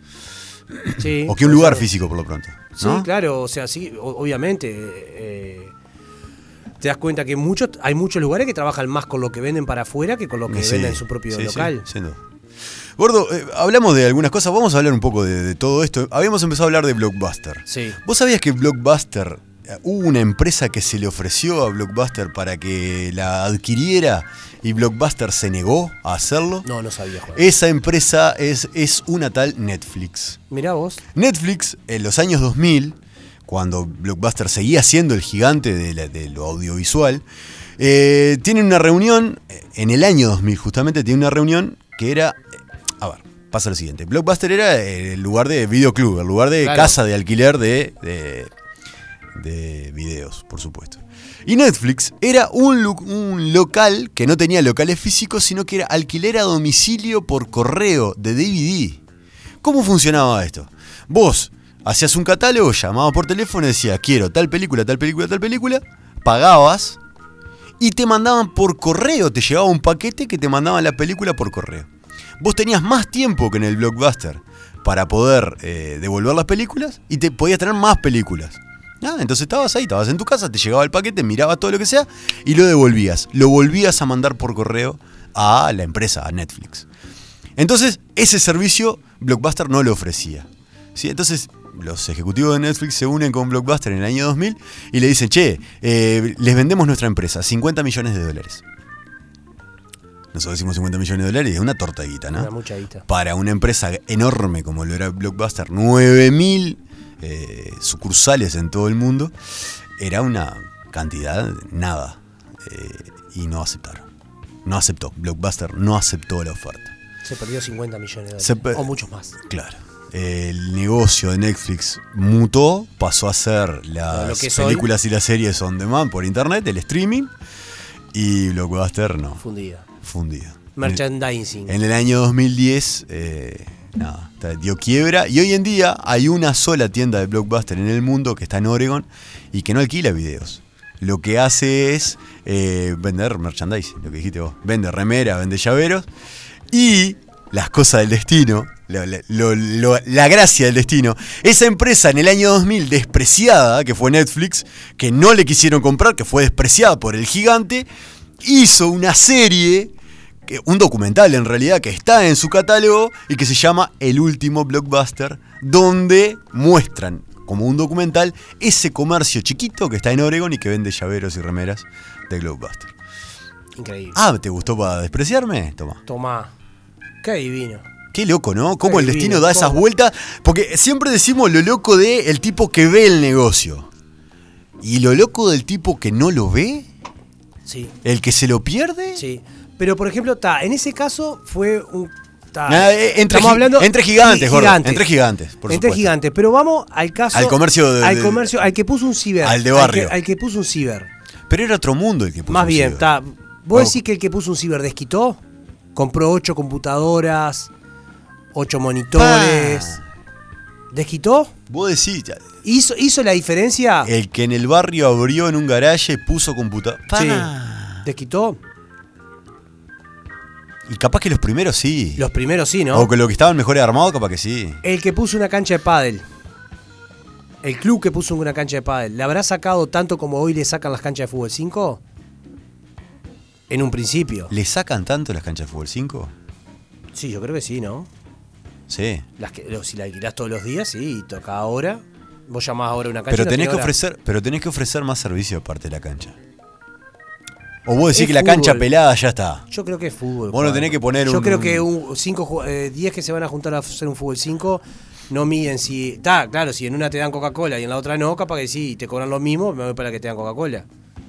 D: sí
E: o que un lugar físico, por lo pronto.
D: Sí,
E: ¿no?
D: claro, o sea, sí, o- obviamente. eh, te das cuenta que muchos, hay muchos lugares que trabajan más con lo que venden para afuera que con lo que
E: Sí,
D: venden en su propio
E: sí, sí,
D: local.
E: sin duda. Gordo, eh, hablamos de algunas cosas, vamos a hablar un poco de, de todo esto. Habíamos empezado a hablar de Blockbuster.
D: Sí.
E: ¿Vos sabías que Blockbuster, eh, hubo una empresa que se le ofreció a Blockbuster para que la adquiriera y Blockbuster se negó a hacerlo?
D: No, no sabía, Juan.
E: Esa empresa es, es una tal Netflix.
D: Mirá vos.
E: Netflix en los años 2000, cuando Blockbuster seguía siendo el gigante de, la- de lo audiovisual, eh, tiene una reunión, eh, en el año 2000 justamente, tiene una reunión que era, eh, a ver, pasa lo siguiente, Blockbuster era eh, el lugar de videoclub, el lugar de
D: Claro.
E: casa de alquiler de, de- de videos, por supuesto. Y Netflix era un, lu- un local que no tenía locales físicos, sino que era alquiler a domicilio por correo de DVD. ¿Cómo funcionaba esto? Vos hacías un catálogo, llamabas por teléfono y decías, quiero tal película, tal película, tal película, pagabas y te mandaban por correo, te llegaba un paquete que te mandaban la película por correo. Vos tenías más tiempo que en el blockbuster para poder eh, devolver las películas y te podías tener más películas. Nada, entonces estabas ahí, estabas en tu casa, te llegaba el paquete, mirabas todo lo que sea y lo devolvías. Lo volvías a mandar por correo a la empresa, a Netflix. Entonces, ese servicio Blockbuster no lo ofrecía. ¿sí? Entonces, los ejecutivos de Netflix se unen con Blockbuster en el año 2000 y le dicen, che, eh, les vendemos nuestra empresa, 50 millones de dólares. Nosotros decimos 50 millones de dólares y es una torta de guita, ¿no?
D: Una mucha guita.
E: Para una empresa enorme como lo era Blockbuster, 9000 eh, sucursales en todo el mundo, era una cantidad nada. eh, y no aceptaron. No aceptó. Blockbuster no aceptó la oferta.
D: Se perdió 50 millones de dólares.
E: Se pe-
D: O muchos más.
E: Claro. El negocio de Netflix mutó, pasó a ser las
D: Lo que es hoy.
E: películas y las series on demand por internet, el streaming, y Blockbuster no,
D: Fundida.
E: fundido.
D: Merchandising.
E: En el año 2010, eh, nada, ta- dio quiebra, y hoy en día hay una sola tienda de Blockbuster en el mundo que está en Oregon y que no alquila videos. Lo que hace es eh, vender merchandising, lo que dijiste vos. Vende remera, vende llaveros y las cosas del destino, la, la- lo- lo- la gracia del destino. Esa empresa en el año 2000 despreciada, que fue Netflix, que no le quisieron comprar, que fue despreciada por el gigante, hizo una serie, que- un documental en realidad, que está en su catálogo y que se llama El último blockbuster, donde muestran como un documental ese comercio chiquito que está en Oregon y que vende llaveros y remeras de Blockbuster.
D: Increíble.
E: Ah, ¿te gustó para despreciarme? Toma.
D: Tomá. Qué divino.
E: Qué loco, ¿no? Cómo
D: Qué
E: el destino
D: divino,
E: da esas
D: cómo.
E: vueltas. Porque siempre decimos lo loco de el tipo que ve el negocio. Y lo loco del tipo que no lo ve,
D: Sí.
E: el que se lo pierde.
D: Sí. Pero, por ejemplo, ta, en ese caso fue un. ta,
E: Nada, eh, entre gi- entre gigantes,
D: sí,
E: gordo, entre gigantes, por
D: entre
E: supuesto.
D: gigantes. Pero vamos al caso.
E: Al comercio de-
D: al
E: de-
D: comercio, al que puso un ciber.
E: Al de
D: que-
E: barrio.
D: Al que, puso un ciber.
E: Pero era otro mundo el que puso.
D: Más
E: un
D: bien,
E: ciber.
D: ta, ¿vos
E: Ah,
D: decís que el que puso un ciber desquitó? Compró ocho computadoras, ocho monitores. ¿Desquitó?
E: Vos decís, ya,
D: ¿Hizo, ¿Hizo la diferencia?
E: el que en el barrio abrió en un garaje y puso computador.
D: Sí. ¿Desquitó?
E: Y capaz que los primeros sí.
D: Los primeros sí, ¿no?
E: O que los que estaban mejor armados, capaz que sí.
D: El que puso una cancha de pádel. El club que puso una cancha de pádel. ¿La habrá sacado tanto como hoy le sacan las canchas de fútbol 5? En un principio.
E: ¿Le sacan tanto las canchas de fútbol 5?
D: Sí, yo creo que sí, ¿no?
E: Sí.
D: Las que, lo- si la alquilás todos los días, sí, y toca ahora. Vos llamás ahora a una cancha. y
E: Pero
D: no
E: tenés
D: tiene
E: que
D: hora.
E: ofrecer, pero tenés que ofrecer más servicio aparte de la cancha. O vos decís
D: Es
E: que la cancha
D: fútbol.
E: pelada ya está.
D: Yo creo que es fútbol.
E: Vos no
D: Juan.
E: tenés que poner
D: Yo
E: un-
D: creo que 10 eh, que se van a juntar a hacer un fútbol 5 no miden si. Está, claro, si en una te dan Coca-Cola y en la otra no, capaz que sí, y te cobran lo mismo, me voy para la que te dan Coca-Cola.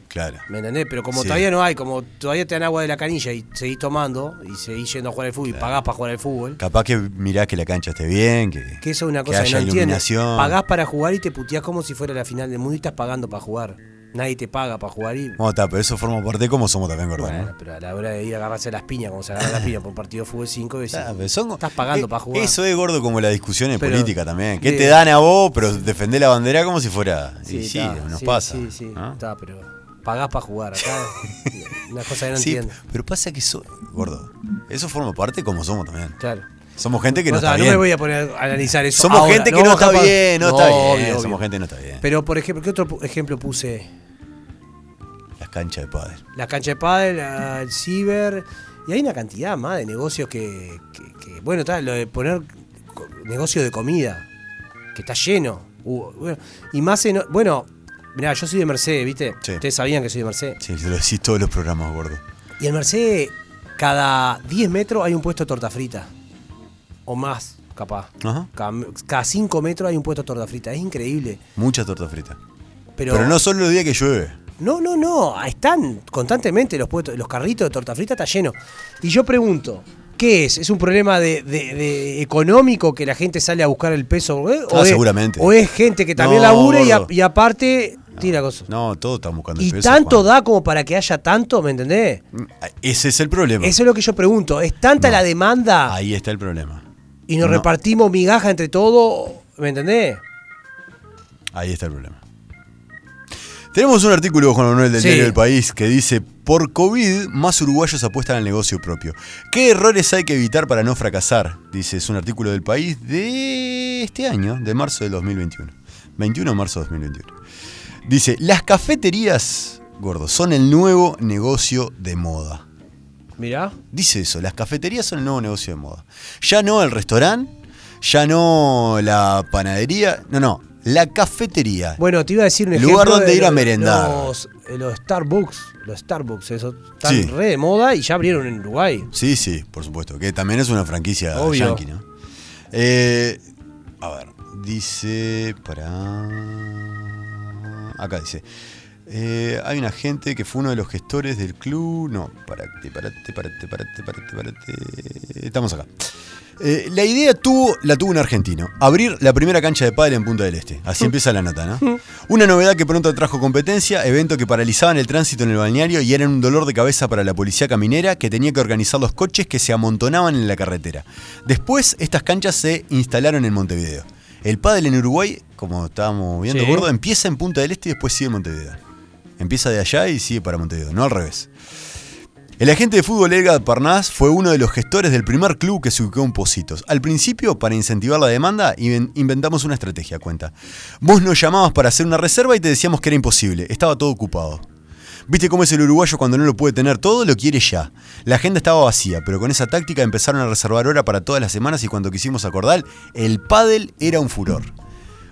E: Claro.
D: ¿Me entendés? Pero como
E: Sí.
D: todavía no hay, como todavía te dan agua de la canilla y seguís tomando y seguís yendo a jugar al fútbol y pagás para jugar al fútbol,
E: Capaz que mirás que la cancha esté bien, que,
D: que eso es una
E: que
D: cosa que,
E: haya
D: no entiendes.
E: iluminación.
D: Pagás para jugar y te puteás como si fuera la final del mundo y estás pagando para jugar. Nadie te paga para jugar y.
E: Bueno, está, pero eso forma parte de cómo somos también, gordo.
D: Bueno, pero a la hora de ir a agarrarse las piñas, como se agarran las piñas por un partido de fútbol 5, decís, estás pagando para jugar.
E: eh, Eso es gordo como la discusión en
D: Pero-
E: política también. Que
D: Sí.
E: te dan a vos, pero defendés la bandera como si fuera. Sí, sí,
D: está,
E: nos
D: sí,
E: pasa.
D: Sí, sí,
E: ¿no?
D: está, pero pagás para jugar. Acá, una cosa que no
E: Sí,
D: entiendo.
E: pero pasa que eso, gordo, eso forma parte de cómo somos también.
D: Claro.
E: Somos gente que no
D: O sea,
E: está
D: no
E: bien.
D: me voy a poner a analizar eso.
E: Somos
D: ahora,
E: gente que no está
D: capaz-
E: bien, no, está bien.
D: obvio, obvio.
E: Somos gente que no está bien.
D: Pero, por ejemplo, ¿qué otro pu- ejemplo puse?
E: Las canchas de pádel.
D: La cancha de pádel, la- el ciber. Y hay una cantidad más de negocios que. que- que- bueno, está lo de poner co- negocio de comida, que está lleno. Hubo- bueno, y más en. Bueno, mirá, yo soy de Mercedes, ¿viste?
E: Sí.
D: Ustedes sabían que soy de Mercedes.
E: Sí, se lo decís todos los programas, gordo.
D: Y en Mercedes, cada 10 metros hay un puesto de torta frita. O más, capaz.
E: Ajá.
D: Cada, cada 5 metros hay un puesto de torta frita. Es increíble.
E: Mucha torta frita.
D: Pero,
E: Pero, no solo los días que llueve.
D: No, no, no. Están constantemente los puestos, los carritos de torta frita está lleno. Y yo pregunto, ¿qué es? ¿Es un problema de, de- de económico que la gente sale a buscar el peso? eh? ¿O
E: Ah,
D: es,
E: seguramente.
D: O es gente que también
E: No,
D: labura y, a-
E: gordo.
D: y aparte tira cosas.
E: No, todos estamos buscando el
D: y
E: peso,
D: tanto
E: Juan.
D: da como para que haya tanto, ¿me entendés?
E: Mm, Ese es el problema.
D: Eso es lo que yo pregunto. ¿Es tanta la demanda
E: Ahí está el problema.
D: y nos
E: no.
D: repartimos migaja entre todos? ¿Me entendés?
E: Ahí está el problema. Tenemos un artículo, Juan Manuel, del
D: Sí.
E: diario El País, que dice, por COVID, más uruguayos apuestan al negocio propio. ¿Qué errores hay que evitar para no fracasar? Dice, es un artículo del País de este año, de marzo del 2021. 21 de marzo de 2021. Dice, las cafeterías, gordo, son el nuevo negocio de moda.
D: Mirá.
E: Dice eso, las cafeterías son el nuevo negocio de moda. Ya no el restaurante, ya no la panadería, no, no, La cafetería.
D: Bueno, te iba a decir un
E: Lugar
D: ejemplo
E: donde
D: de
E: ir a
D: lo-
E: merendar.
D: Los, eh, los Starbucks, los Starbucks, eso están
E: Sí.
D: re de moda y ya abrieron en Uruguay.
E: Sí, sí, por supuesto. Que también es una franquicia
D: Obvio.
E: yankee, ¿no? Eh, a ver, dice. Para. Acá dice. eh, hay un agente que fue uno de los gestores del club. No, parate, parate, parate, parate, parate, parate. Estamos acá. Eh, la idea tuvo, la tuvo un argentino. Abrir la primera cancha de pádel en Punta del Este. Así empieza la nota, ¿no? Una novedad que pronto trajo competencia, evento que paralizaban el tránsito en el balneario y eran un dolor de cabeza para la policía caminera que tenía que organizar los coches que se amontonaban en la carretera. Después, estas canchas se instalaron en Montevideo. El pádel en Uruguay, como estábamos viendo,
D: Sí.
E: gordo, empieza en Punta del Este y después sigue en Montevideo. Empieza de allá y sigue para Montevideo, no al revés. El agente de fútbol Edgar Parnás fue uno de los gestores del primer club que se ubicó en Positos. Al principio, para incentivar la demanda, inven- inventamos una estrategia, cuenta. Vos nos llamabas para hacer una reserva y te decíamos que era imposible, estaba todo ocupado. ¿Viste cómo es el uruguayo cuando no lo puede tener todo? Lo quiere ya. La agenda estaba vacía, pero con esa táctica empezaron a reservar hora para todas las semanas y cuando quisimos acordar, el pádel era un furor.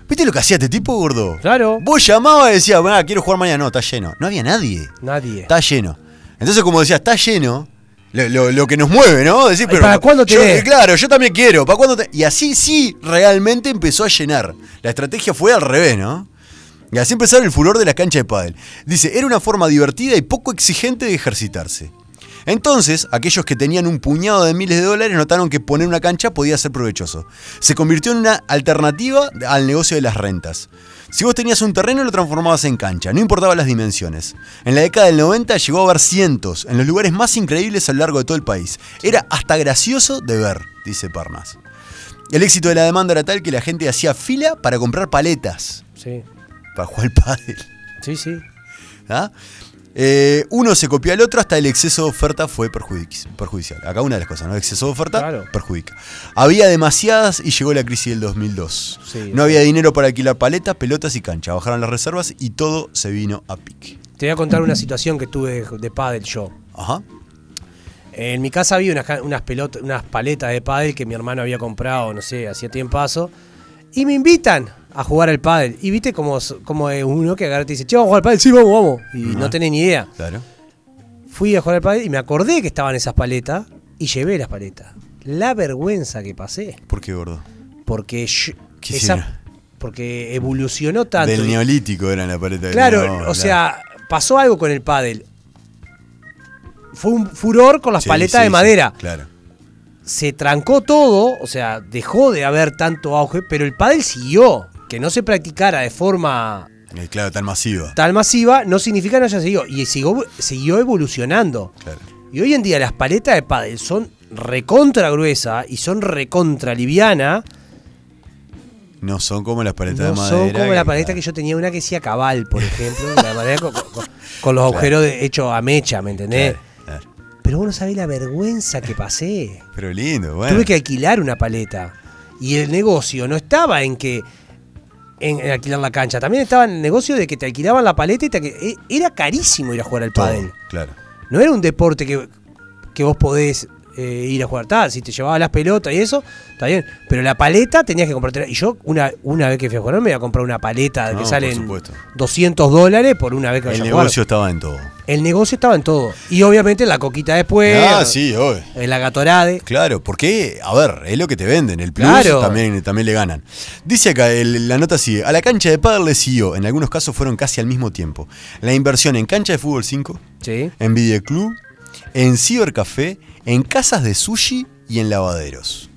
E: ¿Viste lo que hacía este tipo, gordo?
D: Claro.
E: Vos llamabas y decías, bueno, ah, quiero jugar mañana. No, está lleno. No había nadie.
D: Nadie.
E: Está lleno. Entonces, como decía, está lleno. Lo, lo- lo que nos mueve, ¿no? Decir,
D: ¿Y
E: pero.
D: para cuándo
E: yo-
D: tenés?
E: Claro, yo también quiero. ¿Para cuándo te- Y así sí realmente empezó a llenar. La estrategia fue al revés, ¿no? Y así empezaron el furor de las canchas de pádel. Dice, era una forma divertida y poco exigente de ejercitarse. Entonces, aquellos que tenían un puñado de miles de dólares notaron que poner una cancha podía ser provechoso. Se convirtió en una alternativa al negocio de las rentas. Si vos tenías un terreno, lo transformabas en cancha, no importaba las dimensiones. En la década del 90 llegó a haber cientos, en los lugares más increíbles a lo largo de todo el país. Era hasta gracioso de ver, dice Parnas. El éxito de la demanda era tal que la gente hacía fila para comprar paletas
D: Sí,
E: para jugar al pádel.
D: sí, sí.
E: ¿ah? Eh, uno se copió al otro hasta el exceso de oferta fue perjudic- perjudicial. Acá una de las cosas, ¿no? El exceso de oferta
D: Claro.
E: perjudica. Había demasiadas y llegó la crisis del 2002.
D: Sí,
E: no
D: sí.
E: había dinero para alquilar paletas, pelotas y cancha. Bajaron las reservas y todo se vino a pique.
D: Te voy a contar una situación que tuve de, de pádel yo.
E: Ajá.
D: En mi casa había unas, ca- unas, pelotas, unas paletas de pádel que mi hermano había comprado, no sé, hacía tiempo. Y me invitan a jugar al pádel. Y viste como, s- como es uno que agarra y te dice, che, vamos a jugar al pádel, sí, vamos, vamos. Y no tenés ni idea.
E: Claro.
D: Fui a jugar al pádel y me acordé que estaban esas paletas y llevé las paletas. La vergüenza que pasé.
E: ¿Por qué, gordo?
D: Porque yo-
E: ¿Qué
D: esa-
E: será?
D: porque evolucionó tanto.
E: Del
D: y-
E: neolítico eran la paleta. de
D: Claro,
E: neón,
D: o
E: claro.
D: sea, pasó algo con el pádel. Fue un furor con las
E: Sí,
D: paletas
E: sí,
D: de
E: sí,
D: madera.
E: claro.
D: Se trancó todo, o sea, dejó de haber tanto auge, pero el pádel siguió. Que no se practicara de forma
E: Eh, Claro, tan masiva.
D: tan masiva no significa que no haya seguido. Y siguió, siguió evolucionando.
E: Claro.
D: Y hoy en día las paletas de pádel son recontra gruesa y son recontra liviana.
E: No son como las paletas de
D: No
E: madera.
D: son como la paleta que yo tenía, una que decía cabal, por ejemplo, la madera con, con- con los agujeros de- hechos a mecha, ¿me entendés?
E: Claro, claro.
D: Pero vos no sabés la vergüenza que pasé.
E: Pero lindo, bueno.
D: Tuve que alquilar una paleta. Y el negocio no estaba en que. En, en alquilar la cancha. También estaba en el negocio de que te alquilaban la paleta y te alqui- e- era carísimo ir a jugar al
E: Todo,
D: pádel.
E: Claro.
D: No era un deporte que, que vos podés eh, ir a jugar. Tal, si te llevabas las pelotas y eso, está bien. Pero la paleta tenías que comprarte. Y yo, una, una vez que fui a jugar, me iba a comprar una paleta
E: No,
D: que
E: por
D: salen
E: supuesto.
D: 200 dólares por una vez que
E: El
D: vaya a jugar.
E: negocio estaba en todo.
D: El negocio estaba en todo. Y obviamente la coquita después.
E: ah, sí, obvio.
D: El agatorade.
E: Claro, porque, a ver, es lo que te venden, el plus
D: Claro.
E: también, también le ganan. Dice acá, el- la nota sigue, a la cancha de pádel le siguió, en algunos casos fueron casi al mismo tiempo. La inversión en cancha de fútbol 5,
D: Sí.
E: en videoclub, en cibercafé, en casas de sushi y en lavaderos.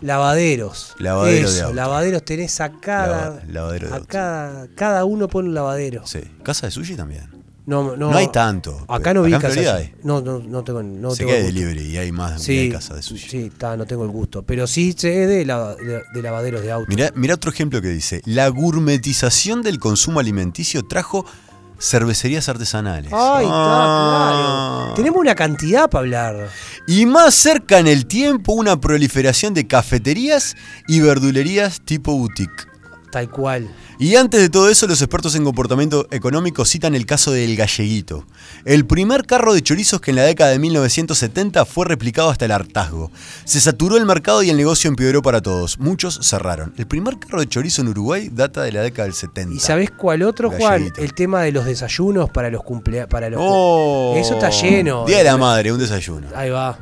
D: Lavaderos.
E: Lavadero de
D: Eso,
E: auto.
D: Lavaderos tenés a cada.
E: Lava- lavadero de
D: a
E: auto.
D: cada, cada uno pone un lavadero.
E: Sí, casa de sushi también.
D: No, no,
E: No hay tanto,
D: Acá
E: pero
D: no vi
E: acá en
D: casas-
E: Florida hay.
D: No, no, no tengo. No
E: Se
D: tengo
E: queda de
D: gusto.
E: libre y hay más y hay
D: Sí,
E: casas de sushi.
D: sí está, no tengo el gusto. Pero sí sé de, lava- de- de lavaderos de auto.
E: Mirá, mirá otro ejemplo que dice, la gourmetización del consumo alimenticio trajo cervecerías artesanales.
D: Ay,
E: Ah.
D: está claro. Tenemos una cantidad para hablar.
E: Y más cerca en el tiempo, una proliferación de cafeterías y verdulerías tipo boutique.
D: Tal cual.
E: Y antes de todo eso, los expertos en comportamiento económico citan el caso del galleguito, el primer carro de chorizos que en la década de 1970 fue replicado hasta el hartazgo. Se saturó el mercado y el negocio empeoró para todos. Muchos cerraron. El primer carro de chorizo en Uruguay data de la década del 70.
D: ¿Y sabés cuál otro, Juan?
E: Galleguito.
D: El tema de los desayunos para los cumpleaños. Para los
E: ¡Oh!
D: Eso está lleno. eh.
E: Día de la madre, un desayuno.
D: Ahí va.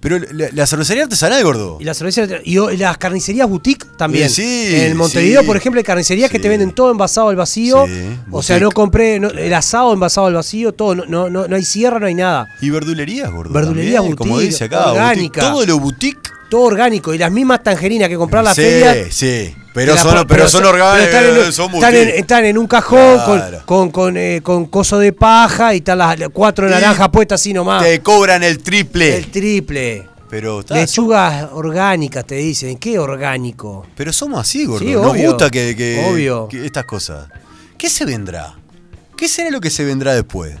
E: Pero la, la cervecería artesanal, gordo.
D: Y, la cerveza- y o- y las carnicerías boutique también.
E: Y sí,
D: en Montevideo,
E: sí.
D: por ejemplo, hay carnicerías que
E: Sí.
D: te venden todo envasado al vacío.
E: Sí,
D: o sea,
E: boutique.
D: no compré no- el asado envasado al vacío, todo. No, no, no, no hay sierra, no hay nada.
E: Y verdulerías, gordo.
D: Verdulerías
E: también, Como
D: boutique,
E: dice acá, boutique.
D: orgánica.
E: Todo lo boutique.
D: Todo orgánico. Y las mismas tangerinas que comprar la
E: sí,
D: feria.
E: sí.
D: te
E: Pero
D: las
E: son,
D: pon-
E: pero, son
D: so-
E: orgánicos.
D: pero Están en,
E: son
D: están en-
E: boutique.
D: están en un cajón con-
E: Claro.
D: con, con, eh, con coso de paja y están las las cuatro
E: Y
D: naranjas puestas así nomás.
E: Te cobran el triple.
D: ah. El triple.
E: pero, está-
D: Lechugas orgánicas, te dicen. ¿Qué orgánico?
E: pero somos así, gordo.
D: Sí,
E: Nos
D: obvio.
E: gusta que, que-
D: Obvio.
E: que estas cosas. ¿Qué se vendrá? ¿Qué será lo que se vendrá después?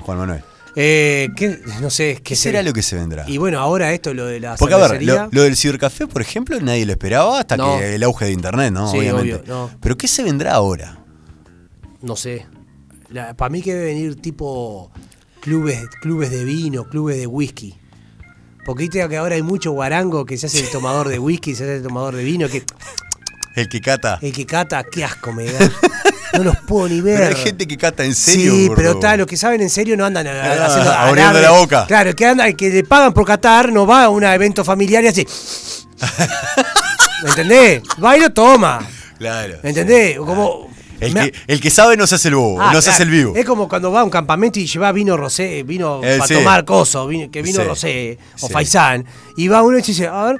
E: Juan Manuel.
D: Eh, ¿qué, no sé, ¿qué
E: ¿Qué será lo que se vendrá?
D: Y bueno, ahora esto, lo de la
E: Porque, a ver,
D: cervecería.
E: lo, lo del cibercafé, por ejemplo, nadie lo esperaba hasta
D: No.
E: que el auge de internet, ¿no?
D: Sí,
E: Obviamente.
D: obvio, no.
E: Pero ¿qué se vendrá ahora?
D: No sé. Para mí que debe venir tipo clubes, clubes de vino, clubes de whisky. Porque viste que ahora hay mucho guarango que se hace el tomador de whisky, se hace el tomador de vino, que
E: El que cata.
D: el que cata, qué asco me da. No los puedo ni ver.
E: Pero hay gente que cata en serio.
D: Sí,
E: gordo.
D: pero tal, los que saben en serio no andan a- a-
E: Ah,
D: haciendo
E: abriendo
D: alarde.
E: la boca.
D: Claro, el que anda, el que le pagan por catar no va a un evento familiar y así. ¿Me entendés? Va y lo toma.
E: Claro.
D: ¿Me entendés? Como.
E: El,
D: me-
E: que, el que sabe no se hace el bobo,
D: Ah,
E: no se
D: claro.
E: hace el vivo.
D: Es como cuando va a un campamento y lleva vino rosé, vino
E: Eh,
D: para
E: sí.
D: tomar coso, vino- que vino
E: Sí.
D: rosé o
E: Sí.
D: faisán. Y va uno y dice, a ver,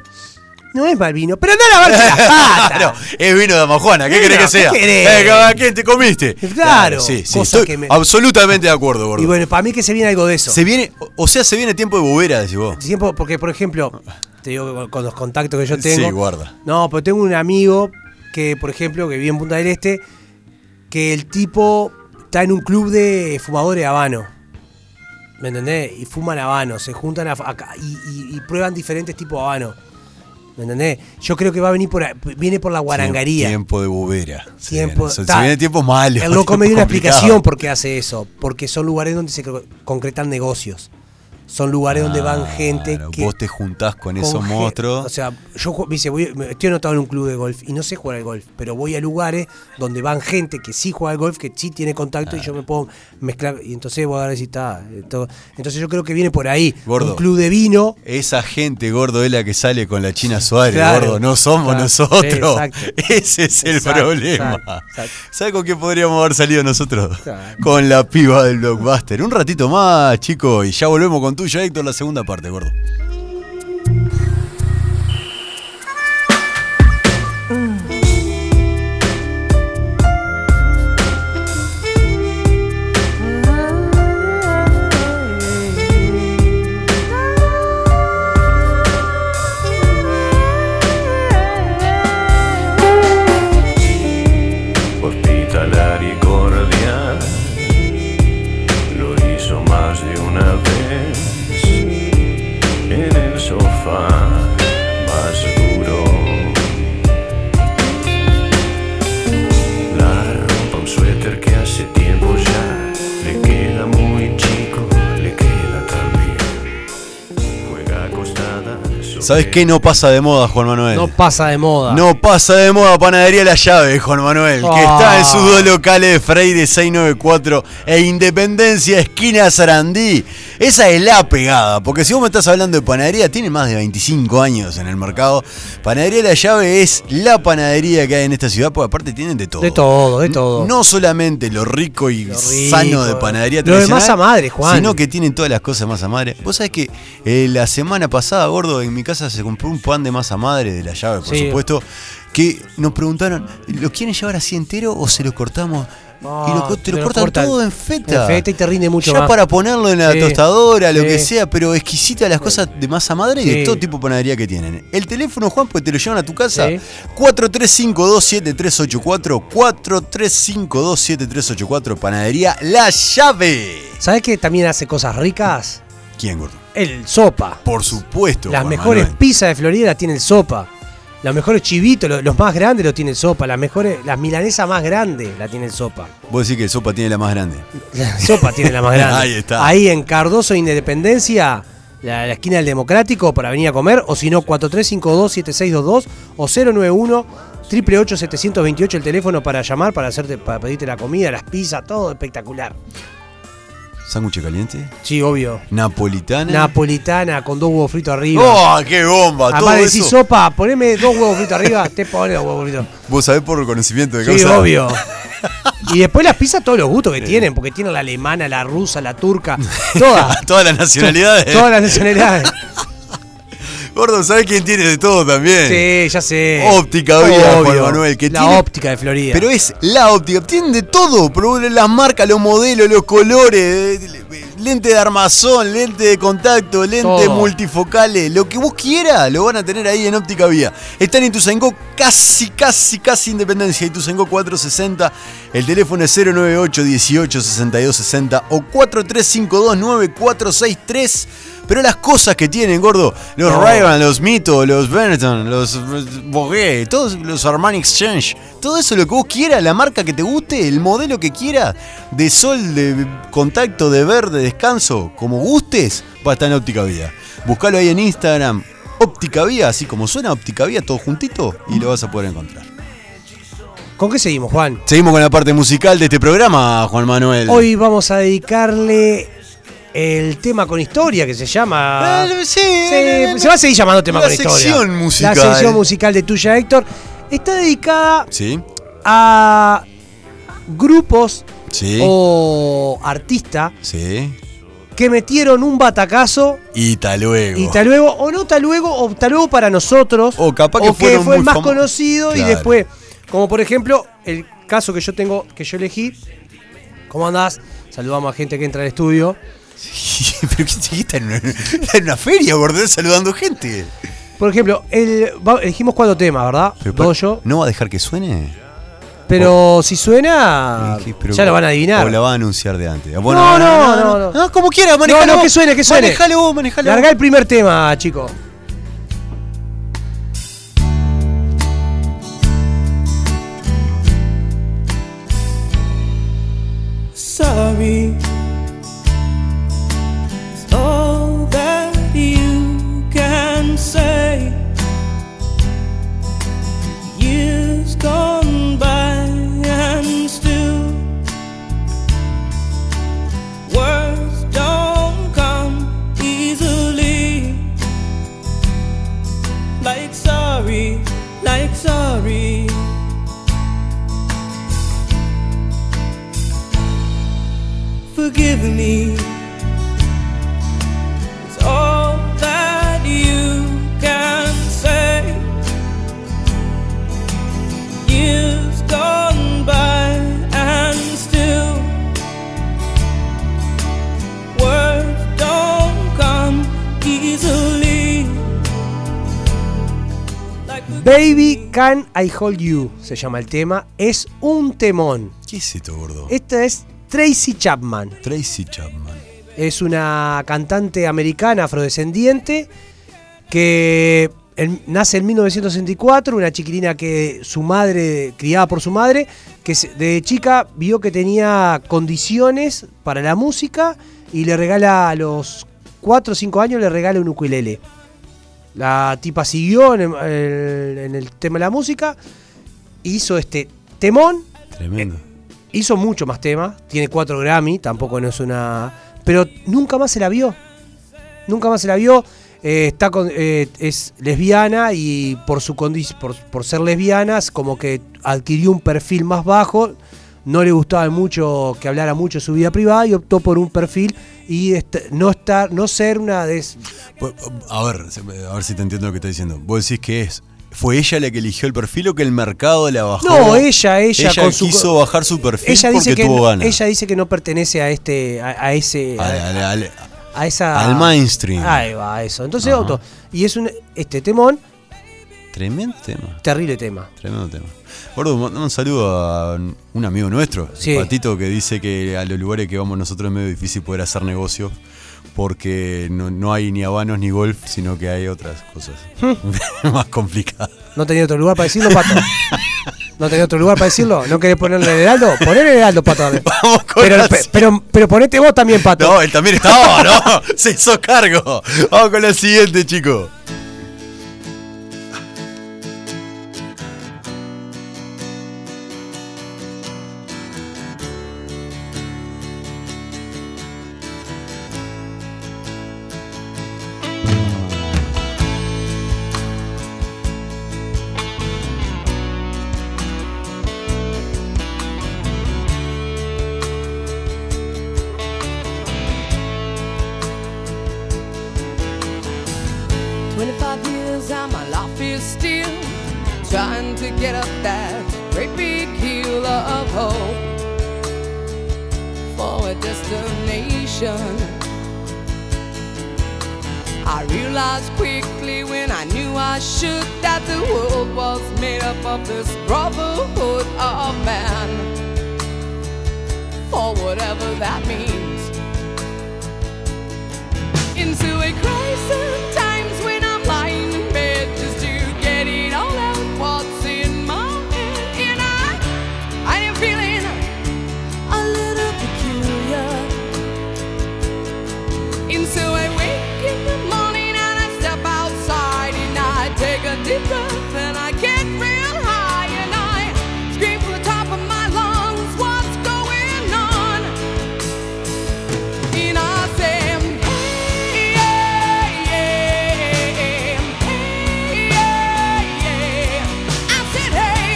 D: no es mal vino, pero anda a lavarte las patas.
E: Claro, es vino de Amajuana, ¿qué
D: Vino,
E: querés que
D: ¿qué
E: sea?
D: querés?
E: Eh, ¿A quién te comiste?
D: Claro,
E: sí, sí,
D: cosas
E: estoy
D: que me-
E: absolutamente de acuerdo, gordo.
D: Y bueno, para mí que se viene algo de eso.
E: se viene, o- o sea, se viene tiempo de bobera, decís vos.
D: Siempre- porque, por ejemplo, te digo con- con los contactos que yo
E: Sí,
D: tengo.
E: guarda.
D: No, pero tengo un amigo que, por ejemplo, que vive en Punta del Este, que el tipo está en un club de fumadores habano. ¿Me entendés? Y fuman habano, se juntan a, a- y, y- y prueban diferentes tipos de habano. ¿Me entendés? Yo creo que va a venir por a- viene por la guarangaría.
E: Tiempo de bobera. Se
D: Tiempo-
E: viene- se, se
D: ta.
E: viene tiempo malo.
D: El loco me dio
E: tiempo
D: una
E: complicado.
D: explicación por qué hace eso. Porque son lugares donde se co- concretan negocios. Son lugares donde van gente
E: Claro,
D: que
E: Vos te juntás con
D: con
E: esos
D: gen-
E: monstruos.
D: O sea, yo ju- me dice, voy- me- estoy anotado en un club de golf y no sé jugar al golf, pero voy a lugares donde van gente que sí juega al golf, que sí tiene contacto y yo me puedo mezclar. Y entonces voy a decir, está. esto- Entonces yo creo que viene por ahí.
E: Gordo.
D: Un club de vino.
E: esa gente gordo es la que sale con la China Suárez,
D: Claro,
E: gordo. No somos
D: claro,
E: nosotros.
D: sí, exacto.
E: Ese es el
D: Exacto,
E: problema.
D: exacto, exacto.
E: ¿Sabes con qué podríamos haber salido nosotros?
D: Claro.
E: Con la piba del blockbuster. Un ratito más, chicos, y ya volvemos con tuyo, Héctor, la segunda parte, gordo.
F: hospitalaria y cordial. Lo hizo más de una vez en el sofá más duro. La ropa, un suéter que hace tiempo ya le queda muy chico, le queda también. Juega acostada. sobre
E: ¿Sabes qué no pasa de moda, Juan Manuel?
D: No pasa de moda.
E: Eh. No pasa de moda Panadería La Llave, Juan Manuel, que está
D: Ah.
E: en sus dos locales, Freire 694 e Independencia, esquina Sarandí. Esa es la pegada, porque si vos me estás hablando de panadería, tiene más de 25 años en el mercado. Panadería La Llave es la panadería que hay en esta ciudad, porque aparte tienen de todo.
D: De todo, de todo.
E: No solamente lo rico y
D: Lo rico.
E: sano de panadería
D: Lo de
E: tradicional,
D: masa madre, Juan.
E: Sino que tienen todas las cosas de masa madre. Vos sabés que eh, la semana pasada, gordo, en mi casa se compró un pan de masa madre de la llave, por
D: Sí.
E: supuesto. Que nos preguntaron, ¿lo quieren llevar así entero o se lo cortamos?
D: Ah,
E: y lo, co- te lo, cortan, todo en feta.
D: En feta y te rinde mucho
E: Ya
D: más.
E: para ponerlo en la
D: Sí,
E: tostadora, lo
D: sí.
E: que sea, pero exquisita las cosas de masa madre y de
D: Sí.
E: todo tipo de panadería que tienen. El teléfono, Juan, pues te lo llevan a tu casa.
D: Sí.
E: 43527384 43527384 Panadería La Llave.
D: ¿Sabes que también hace cosas ricas?
E: ¿Quién, gordo?
D: El sopa.
E: Por supuesto.
D: Las
E: Juan
D: mejores
E: Manuel.
D: pizzas de Florida tienen sopa. Los mejores chivitos, lo- los, más grandes los tiene el sopa. Las mejores, las milanesas más grandes la tiene el sopa.
E: Vos decís que el sopa tiene la más grande.
D: La sopa tiene la más grande.
E: Ahí está.
D: Ahí en Cardoso e Independencia, la, la esquina del Democrático para venir a comer, o si no, 4352-7622 o 091 888 728 el teléfono para llamar, para hacerte, para pedirte la comida, las pizzas, todo espectacular.
E: Sándwich caliente.
D: Sí, obvio.
E: Napolitana.
D: Napolitana con dos huevos fritos arriba.
E: ¡Oh, qué bomba! Todo
D: Además decís
E: eso.
D: sopa, poneme dos huevos fritos arriba, te pone los huevos fritos.
E: Vos sabés por conocimiento de
D: Sí,
E: causa.
D: obvio. Y después las pizzas, todos los gustos que tienen, porque tienen la alemana, la rusa, la turca, todas.
E: Todas las nacionalidades.
D: Todas las nacionalidades.
E: Gordo, ¿sabés quién tiene de todo también?
D: Sí, ya sé.
E: Óptica había, Juan Manuel, que
D: la
E: tiene-
D: óptica de Florida.
E: Pero es la óptica, tienen de todo, pero las marcas, los modelos, los colores, eh, lente de armazón, lente de contacto, lente
D: Todo.
E: multifocales, lo que vos quieras lo van a tener ahí en Óptica Vía. Están en Ituzaingó casi, casi, casi Independencia, Ituzaingó 460, el teléfono es 098 18 62 60 o 4352 9463. Pero las cosas que tienen, gordo, los
D: No.
E: Ray-Ban, los Mito, los Benetton, los Bogué, todos los Armani Exchange, todo eso lo que vos quieras, la marca que te guste, el modelo que quieras, de sol, de contacto, de verde, descanso, como gustes, va a estar en Óptica Vía. Buscalo ahí en Instagram, Óptica Vía, así como suena Óptica Vía, todo juntito, y lo vas a poder encontrar.
D: ¿Con qué seguimos, Juan?
E: Seguimos con la parte musical de este programa, Juan Manuel.
D: Hoy vamos a dedicarle el tema con historia que se llama.
E: Eh, sí,
D: Ah. pues, se, se va a seguir llamando tema
E: La
D: con historia.
E: sección musical.
D: La sección musical de tuya, Héctor. Está dedicada
E: Sí,
D: a grupos
E: sí,
D: Oh. o artistas
E: sí.
D: que metieron un batacazo
E: Y tal luego.
D: Y tal luego, o no tal luego, o tal luego para nosotros.
E: O capaz que
D: fue
E: fueron
D: fue
E: muy
D: más
E: famo-
D: conocido y
E: Claro.
D: después. Como por ejemplo, el caso que yo tengo, que yo elegí. ¿Cómo andás? Saludamos a gente que entra al estudio.
E: Pero qué chiquita en una, en una feria, gordo, saludando gente.
D: Por ejemplo, el, va- elegimos cuatro temas, ¿verdad? Dos yo.
E: ¿No va a dejar que suene?
D: Pero si suena,
E: Dije, pero-
D: Ah, ya lo van a adivinar.
E: O la va a anunciar de antes. Ah,
D: No, no, no, no. Ah,
E: como quiera,
D: No,
E: manejalo.
D: no,
E: vos.
D: que suene, que suene.
E: Manejalo vos, manejalo.
D: Larga el primer tema, chico.
G: Sorry is all that you can say. Years gone by and still words don't come easily. Like sorry, like sorry. forgive me. It's all that you can say. Years gone by and still words don't come easily. Like
D: Baby Can I Hold You se llama el tema. Es un temón.
E: ¿Qué es esto, gordo?
D: Esta es Tracy Chapman.
E: Tracy Chapman.
D: Es una cantante americana afrodescendiente que en- nace en 1964, una chiquilina que su madre, criada por su madre, que se- de chica vio que tenía condiciones para la música y le regala a los 4 o 5 años, le regala un ukulele. La tipa siguió en el, en el tema de la música, hizo este temón
E: Tremendo.
D: Eh. hizo mucho más temas, tiene cuatro Grammy, tampoco no es una. Pero nunca más se la vio. Nunca más se la vio. eh, está con- eh, es lesbiana y por su condi- por, por ser lesbianas, como que adquirió un perfil más bajo. No le gustaba mucho que hablara mucho de su vida privada y optó por un perfil y este- no estar, no ser una de es-
E: Pues, A ver, se- a ver si te entiendo lo que estás diciendo. Vos decís que es. ¿Fue ella la que eligió el perfil o que el mercado la bajó?
D: No, ella, ella
E: Ella
D: con su-
E: quiso bajar su perfil
D: ella
E: porque
D: dice que
E: tuvo
D: no-
E: ganas.
D: ella dice que no pertenece a este a, a ese
E: Al-
D: a-
E: al- al-
D: a esa
E: Al mainstream.
D: Ahí va, eso. Entonces
E: Ajá.
D: auto. Y es un este temón,
E: Tremendo tema.
D: terrible tema.
E: Tremendo tema. Gordo, mandame un saludo a un amigo nuestro, el
D: Sí.
E: Patito, que dice que a los lugares que vamos nosotros es medio difícil poder hacer negocios
D: Hmm.
E: porque no, no hay ni habanos ni golf, sino que hay otras cosas más complicadas.
D: No tenía otro lugar para decirlo, Pato. No tenía otro lugar para decirlo. ¿No querés ponerle el heraldo? Poner el heraldo, Pato. dale.
E: Vamos con
D: Pero,
E: la
D: pe- pero, pero ponete vos también, Pato.
E: No, él también estaba, ¿no? Se hizo cargo. Vamos con la siguiente, chico.
H: 25 years and my life is still trying to get up that great big hill of hope for a destination. I realized quickly when I knew I should that the world was made up of this brotherhood of man. For whatever that means into a crisis times when I'm lying in bed just to get it all out what's in my head and I I am feeling a little peculiar and so I wake in the morning and I step outside and I take a deep breath and I get real high and I scream from the top of my lungs what's going on and I say, hey, yeah, yeah. I said, hey,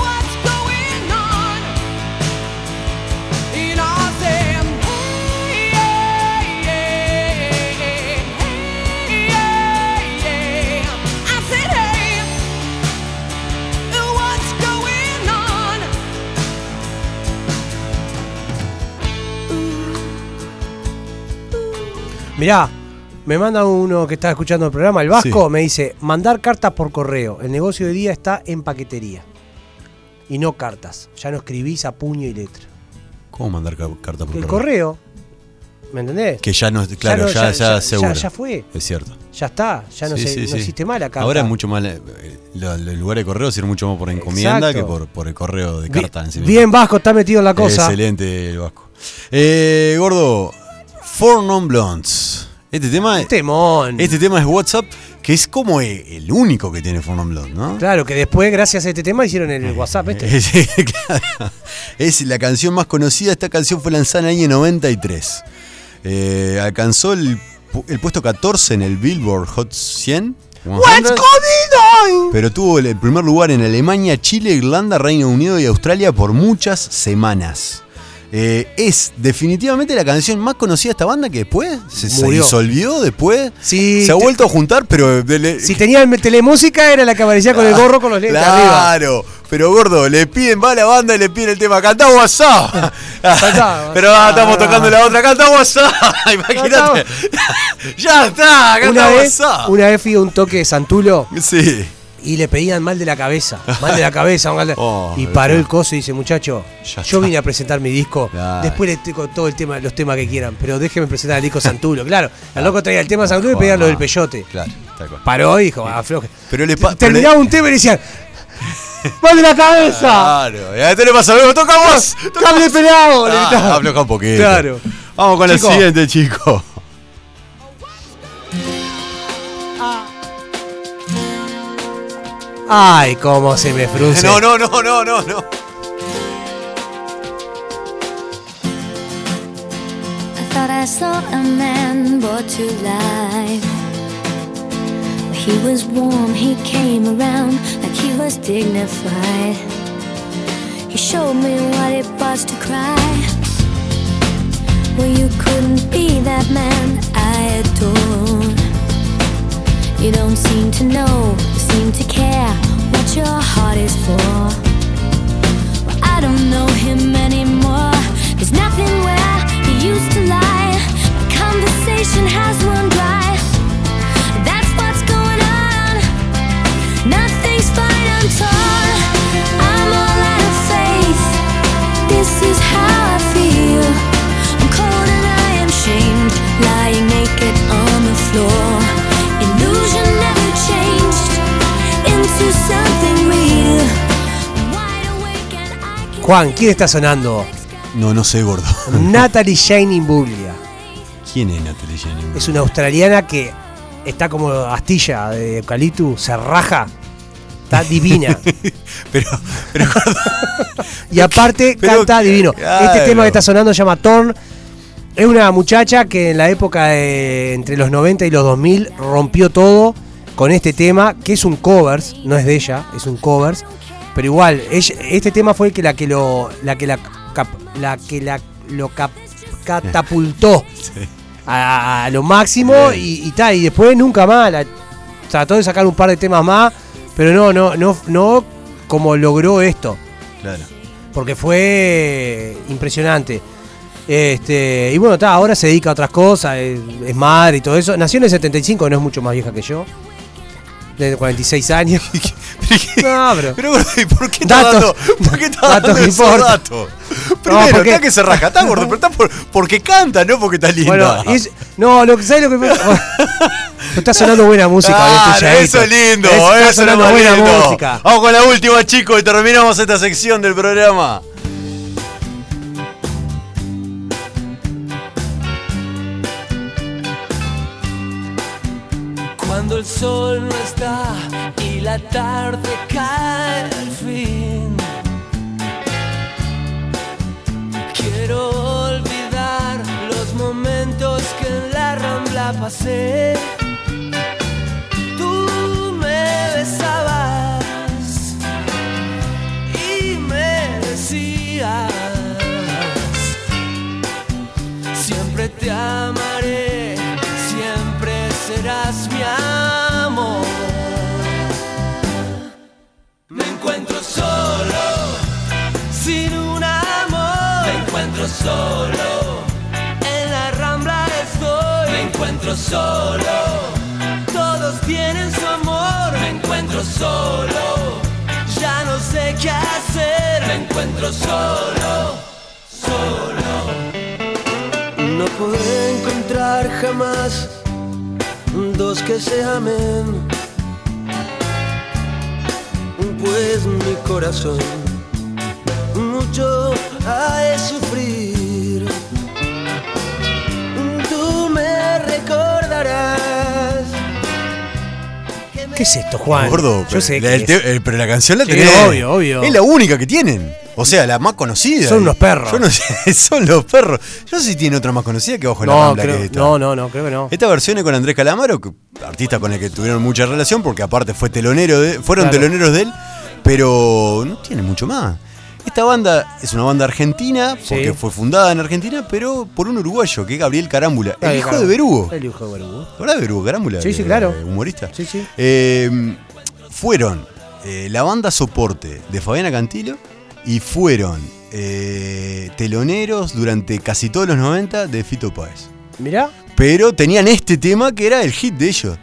H: what's going on? And I say, hey, yeah, I said, hey, what's going on?
D: Mirá, me manda uno que está escuchando el programa, el Vasco, me dice, mandar cartas por correo. El negocio de día está en paquetería. Y no cartas. Ya no escribís a puño y letra.
E: ¿Cómo mandar ca- carta por
D: El correo, ¿me entendés?
E: Que ya no, claro,
D: no-
E: ya, ya,
D: ya-
E: seguro.
D: ya fue.
E: Es cierto.
D: Ya está, ya no,
E: Sí,
D: se,
E: sí,
D: no
E: sí.
D: existe más la carta.
E: Ahora es mucho más. eh, lo- El lugar de correo sirve mucho más por encomienda
D: Exacto.
E: que por, por el correo de
D: Bi-
E: carta Eh, en sí mismo.
D: Bien, Vasco, está metido en la cosa.
E: Excelente el Vasco. Eh, gordo, Four Non Blondes. Este tema,
D: Temón.
E: este tema es WhatsApp, que es como e- el único que tiene Four Non Blondes, ¿no?
D: Claro, que después, gracias a este tema, hicieron
E: Eh,
D: el WhatsApp este.
E: Sí, claro. Es la canción más conocida. Esta canción fue lanzada en el año 93. Eh, alcanzó el, pu- el puesto 14 en el Billboard Hot 100. 100, Pero tuvo el el primer lugar en Alemania, Chile, Irlanda, Reino Unido y Australia por muchas semanas. Eh, es definitivamente la canción más conocida de esta banda que después se, se
D: Murió.
E: disolvió, después
D: Sí,
E: se ha
D: te-
E: vuelto a juntar, pero de- le-
D: Si tenía el telemúsica, era la que aparecía con el gorro con los lentes arriba.
E: Ah, Claro, pero gordo, le piden, va la banda y le piden el tema, cantá WhatsApp.
D: Cantá,
E: pero ah,
D: ah.
E: estamos tocando la otra, cantá WhatsApp. Imagínate. ya está,
D: Una
E: cantá
D: vez,
E: WhatsApp.
D: una vez fui a un toque de Santulo
E: Sí,
D: y le pedían mal de la cabeza. Mal de la cabeza. mal de-
E: Oh,
D: y
E: Dios
D: paró
E: mío.
D: el coso y dice, muchacho,
E: Ya
D: yo
E: está.
D: vine a presentar mi disco.
E: Claro.
D: Después le tengo todo el tema, los temas que quieran, pero déjeme presentar el disco Santulo. Claro, el loco traía el tema Santulo y pedía lo del peyote.
E: claro, tal cual.
D: Paró y dijo, "Ah, afloje.
E: Pero le pa-
D: Terminaba
E: pero le-
D: un tema y le decían, mal de la cabeza.
E: Claro, y a este le pasa lo mismo, toca vos. Toca
D: Cable pelado. le
E: Ah,
D: gritaba.
E: afloja un poquito.
D: Claro.
E: Vamos con
D: Chico.
E: la siguiente, chico.
D: Ay, cómo se me frunce.
E: Eh, No, no, no, no, no, no.
I: I thought I saw a man brought to life. He was warm, he came around like he was dignified. He showed me what it was to cry. Well, you couldn't be that man I adore. You don't seem to know, seem to care what your heart is for. I don't know him anymore. There's nothing where he used to lie. The conversation has run dry. That's what's going on. Nothing's fine, I'm torn. I'm all out of faith. This is how I feel. I'm cold and I am shamed. Lying naked on the floor. Illusion never changed.
D: Juan, ¿quién está sonando?
E: No, no sé, gordo.
D: Natalie Jane Imbruglia.
E: ¿Quién es Natalie Jane?
D: Es una australiana que está como astilla de eucalipto, se raja. Está divina.
E: Pero, pero gordo,
D: Y aparte
E: Pero-
D: canta divino. Este
E: claro.
D: tema que está sonando se llama Torn. Es una muchacha que en la época de entre los 90 y los 2000 rompió todo con este tema, que es un covers, no es de ella, es un covers. Pero igual, ella- este tema fue el que la que lo. la que la, cap- la que la lo cap- catapultó a, a lo máximo y, y tal. Y después nunca más. la- trató de sacar un par de temas más. Pero no, no, no, no como logró esto
E: claro.
D: porque fue impresionante. Este, y bueno, está, ahora se dedica a otras cosas, es, es madre y todo eso. Nació en el 75, no es mucho más vieja que yo. De 46 años. no, bro.
E: Pero gordo, ¿y por qué está
D: Datos.
E: dando, ¿por qué está
D: Datos
E: dando
D: que
E: esos
D: importan.
E: datos? Primero,
D: porque-
E: está que se raja, está gordo, pero está por- porque canta, no porque está linda.
D: Bueno, y es- no, lo que sabes lo que está sonando buena música.
E: Claro,
D: bien, Chaito.
E: eso es lindo,
D: Es-
E: eso
D: está
E: es lo
D: sonando
E: más
D: buena
E: lindo.
D: música.
E: Vamos con la última, chicos, y terminamos esta sección del programa.
C: Cuando el sol no está y la tarde cae al fin. Quiero olvidar los momentos que en la rambla pasé. Tú me besabas y me decías Siempre te amaré, siempre serás mi amor. Me encuentro solo, sin un amor. Me encuentro solo, en la rambla estoy. Me encuentro solo, todos tienen su amor. Me encuentro solo, ya no sé qué hacer. Me encuentro solo, solo. No podré encontrar jamás dos que se amen, pues mi corazón mucho ha de sufrir. Tú me recordarás. que me
D: ¿Qué es esto, Juan?
E: gordo,
D: Yo
E: pero,
D: sé
E: la,
D: que
E: el
D: es.
E: te- el- pero la canción la
D: Sí,
E: tenés.
D: obvio, obvio.
E: Es la única que tienen. O sea, la más conocida.
D: Son unos perros.
E: Yo no sé, son los perros. Yo no sé si tiene otra más conocida que Bajo la
D: no,
E: Rambla que
D: creo,
E: esta.
D: no, no, no, creo que no.
E: Esta versión es con Andrés Calamaro, que- artista con el que tuvieron mucha relación, porque aparte fue telonero de, fueron
D: Claro.
E: teloneros de él, pero no tiene mucho más. Esta banda es una banda argentina, porque
D: Sí.
E: fue fundada en Argentina, pero por un uruguayo, que es Gabriel Carámbula, el
D: Ay,
E: hijo
D: claro.
E: de Berugo.
D: El hijo de Berugo.
E: ¿Te acordás de Berugo Carámbula?
D: Sí, sí,
E: el,
D: claro.
E: eh, Humorista.
D: Sí, sí.
E: Eh, fueron eh, la banda soporte de Fabiana Cantilo y fueron eh, teloneros durante casi todos los 90 de Fito Páez.
D: Mirá.
E: Pero tenían este tema que era el hit de ellos.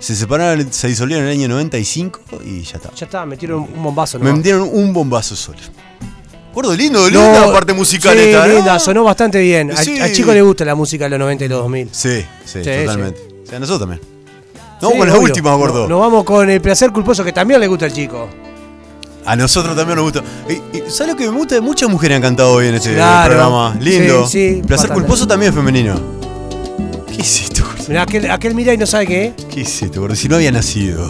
E: Se separaron, se disolvieron en el año 95 y ya está.
D: Ya está, metieron un bombazo.
E: Me
D: nomás.
E: metieron un bombazo solo. Gordo, lindo, linda
D: No,
E: parte musical
D: sí,
E: esta. ¿eh? ¿no?
D: linda, sonó bastante bien. A-
E: Sí.
D: A, chico le gusta la música de los 90 y los 2000.
E: Sí, sí,
D: Sí,
E: totalmente. O sea, nosotros también. No, con la
D: obvio.
E: última, gordo.
D: No- Nos vamos con el placer culposo que también le gusta al chico.
E: A nosotros también nos gusta. Y- y ¿Sabes lo que me gusta? Muchas mujeres han cantado hoy en este
D: Claro.
E: programa. Lindo.
D: Sí, sí,
E: Placer
D: bastante.
E: culposo también es femenino. ¿Qué es esto, gordo?
D: Mirá, aquel, aquel mira y no sabe qué. es.
E: ¿Qué es esto, gordo? Si no había nacido.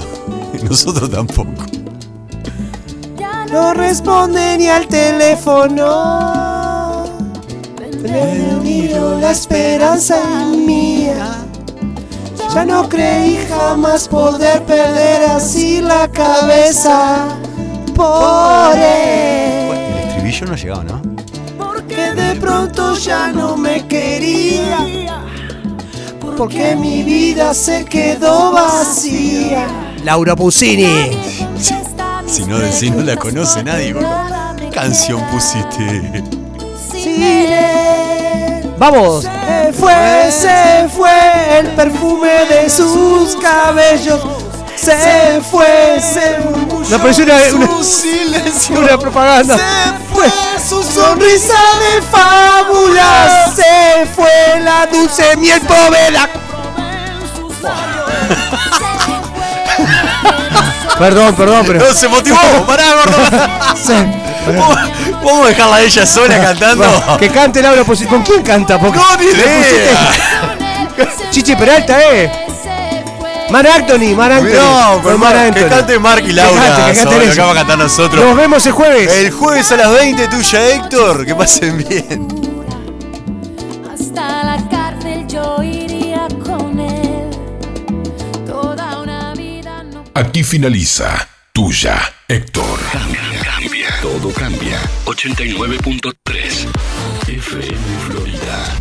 E: Nosotros tampoco.
D: No responde ni al teléfono. Le unido la esperanza mía. Ya no creí jamás poder perder así la cabeza. Por él.
E: El estribillo no llegaba, ¿no?
D: que de pronto ya no me quería, porque mi vida se quedó vacía. Laura Pusini.
E: Si no, si no la conoce nadie, gordo. ¿Qué canción pusiste?
D: Vamos. Se fue, se fue el perfume de sus cabellos. Se fue, se No, pero es una,
E: Su silencio.
D: una propaganda.
E: Se fue su
D: Sonrisa de fábula. Se fue la dulce miel poveda. Perdón, perdón, pero. Oh.
E: No, se motivó. Pará, gordo.
D: Se-
E: Vos- ¿Vamos a dejarla a ella sola cantando?
D: Bueno, que cante Laura Positano. ¿Con quién canta? Porque
E: ¡No, ni
D: le
E: idea!
D: pusiste- Chichi Peralta, eh. Mar Anthony, Mar Anthony.
E: No, con
D: Mar
E: Mar, que
D: Anthony.
E: cante Mark y
D: Que
E: Laura.
D: cante, que cante
E: solo,
D: eso.
E: que vamos a cantar nosotros.
D: Nos vemos el jueves.
E: El jueves a las 20 tuya, Héctor. Que pasen bien.
I: Hasta la cárcel yo iría con él. Toda una vida no.
A: Aquí finaliza Tuya, Héctor.
B: Todo cambia. 89.3 FM Florida.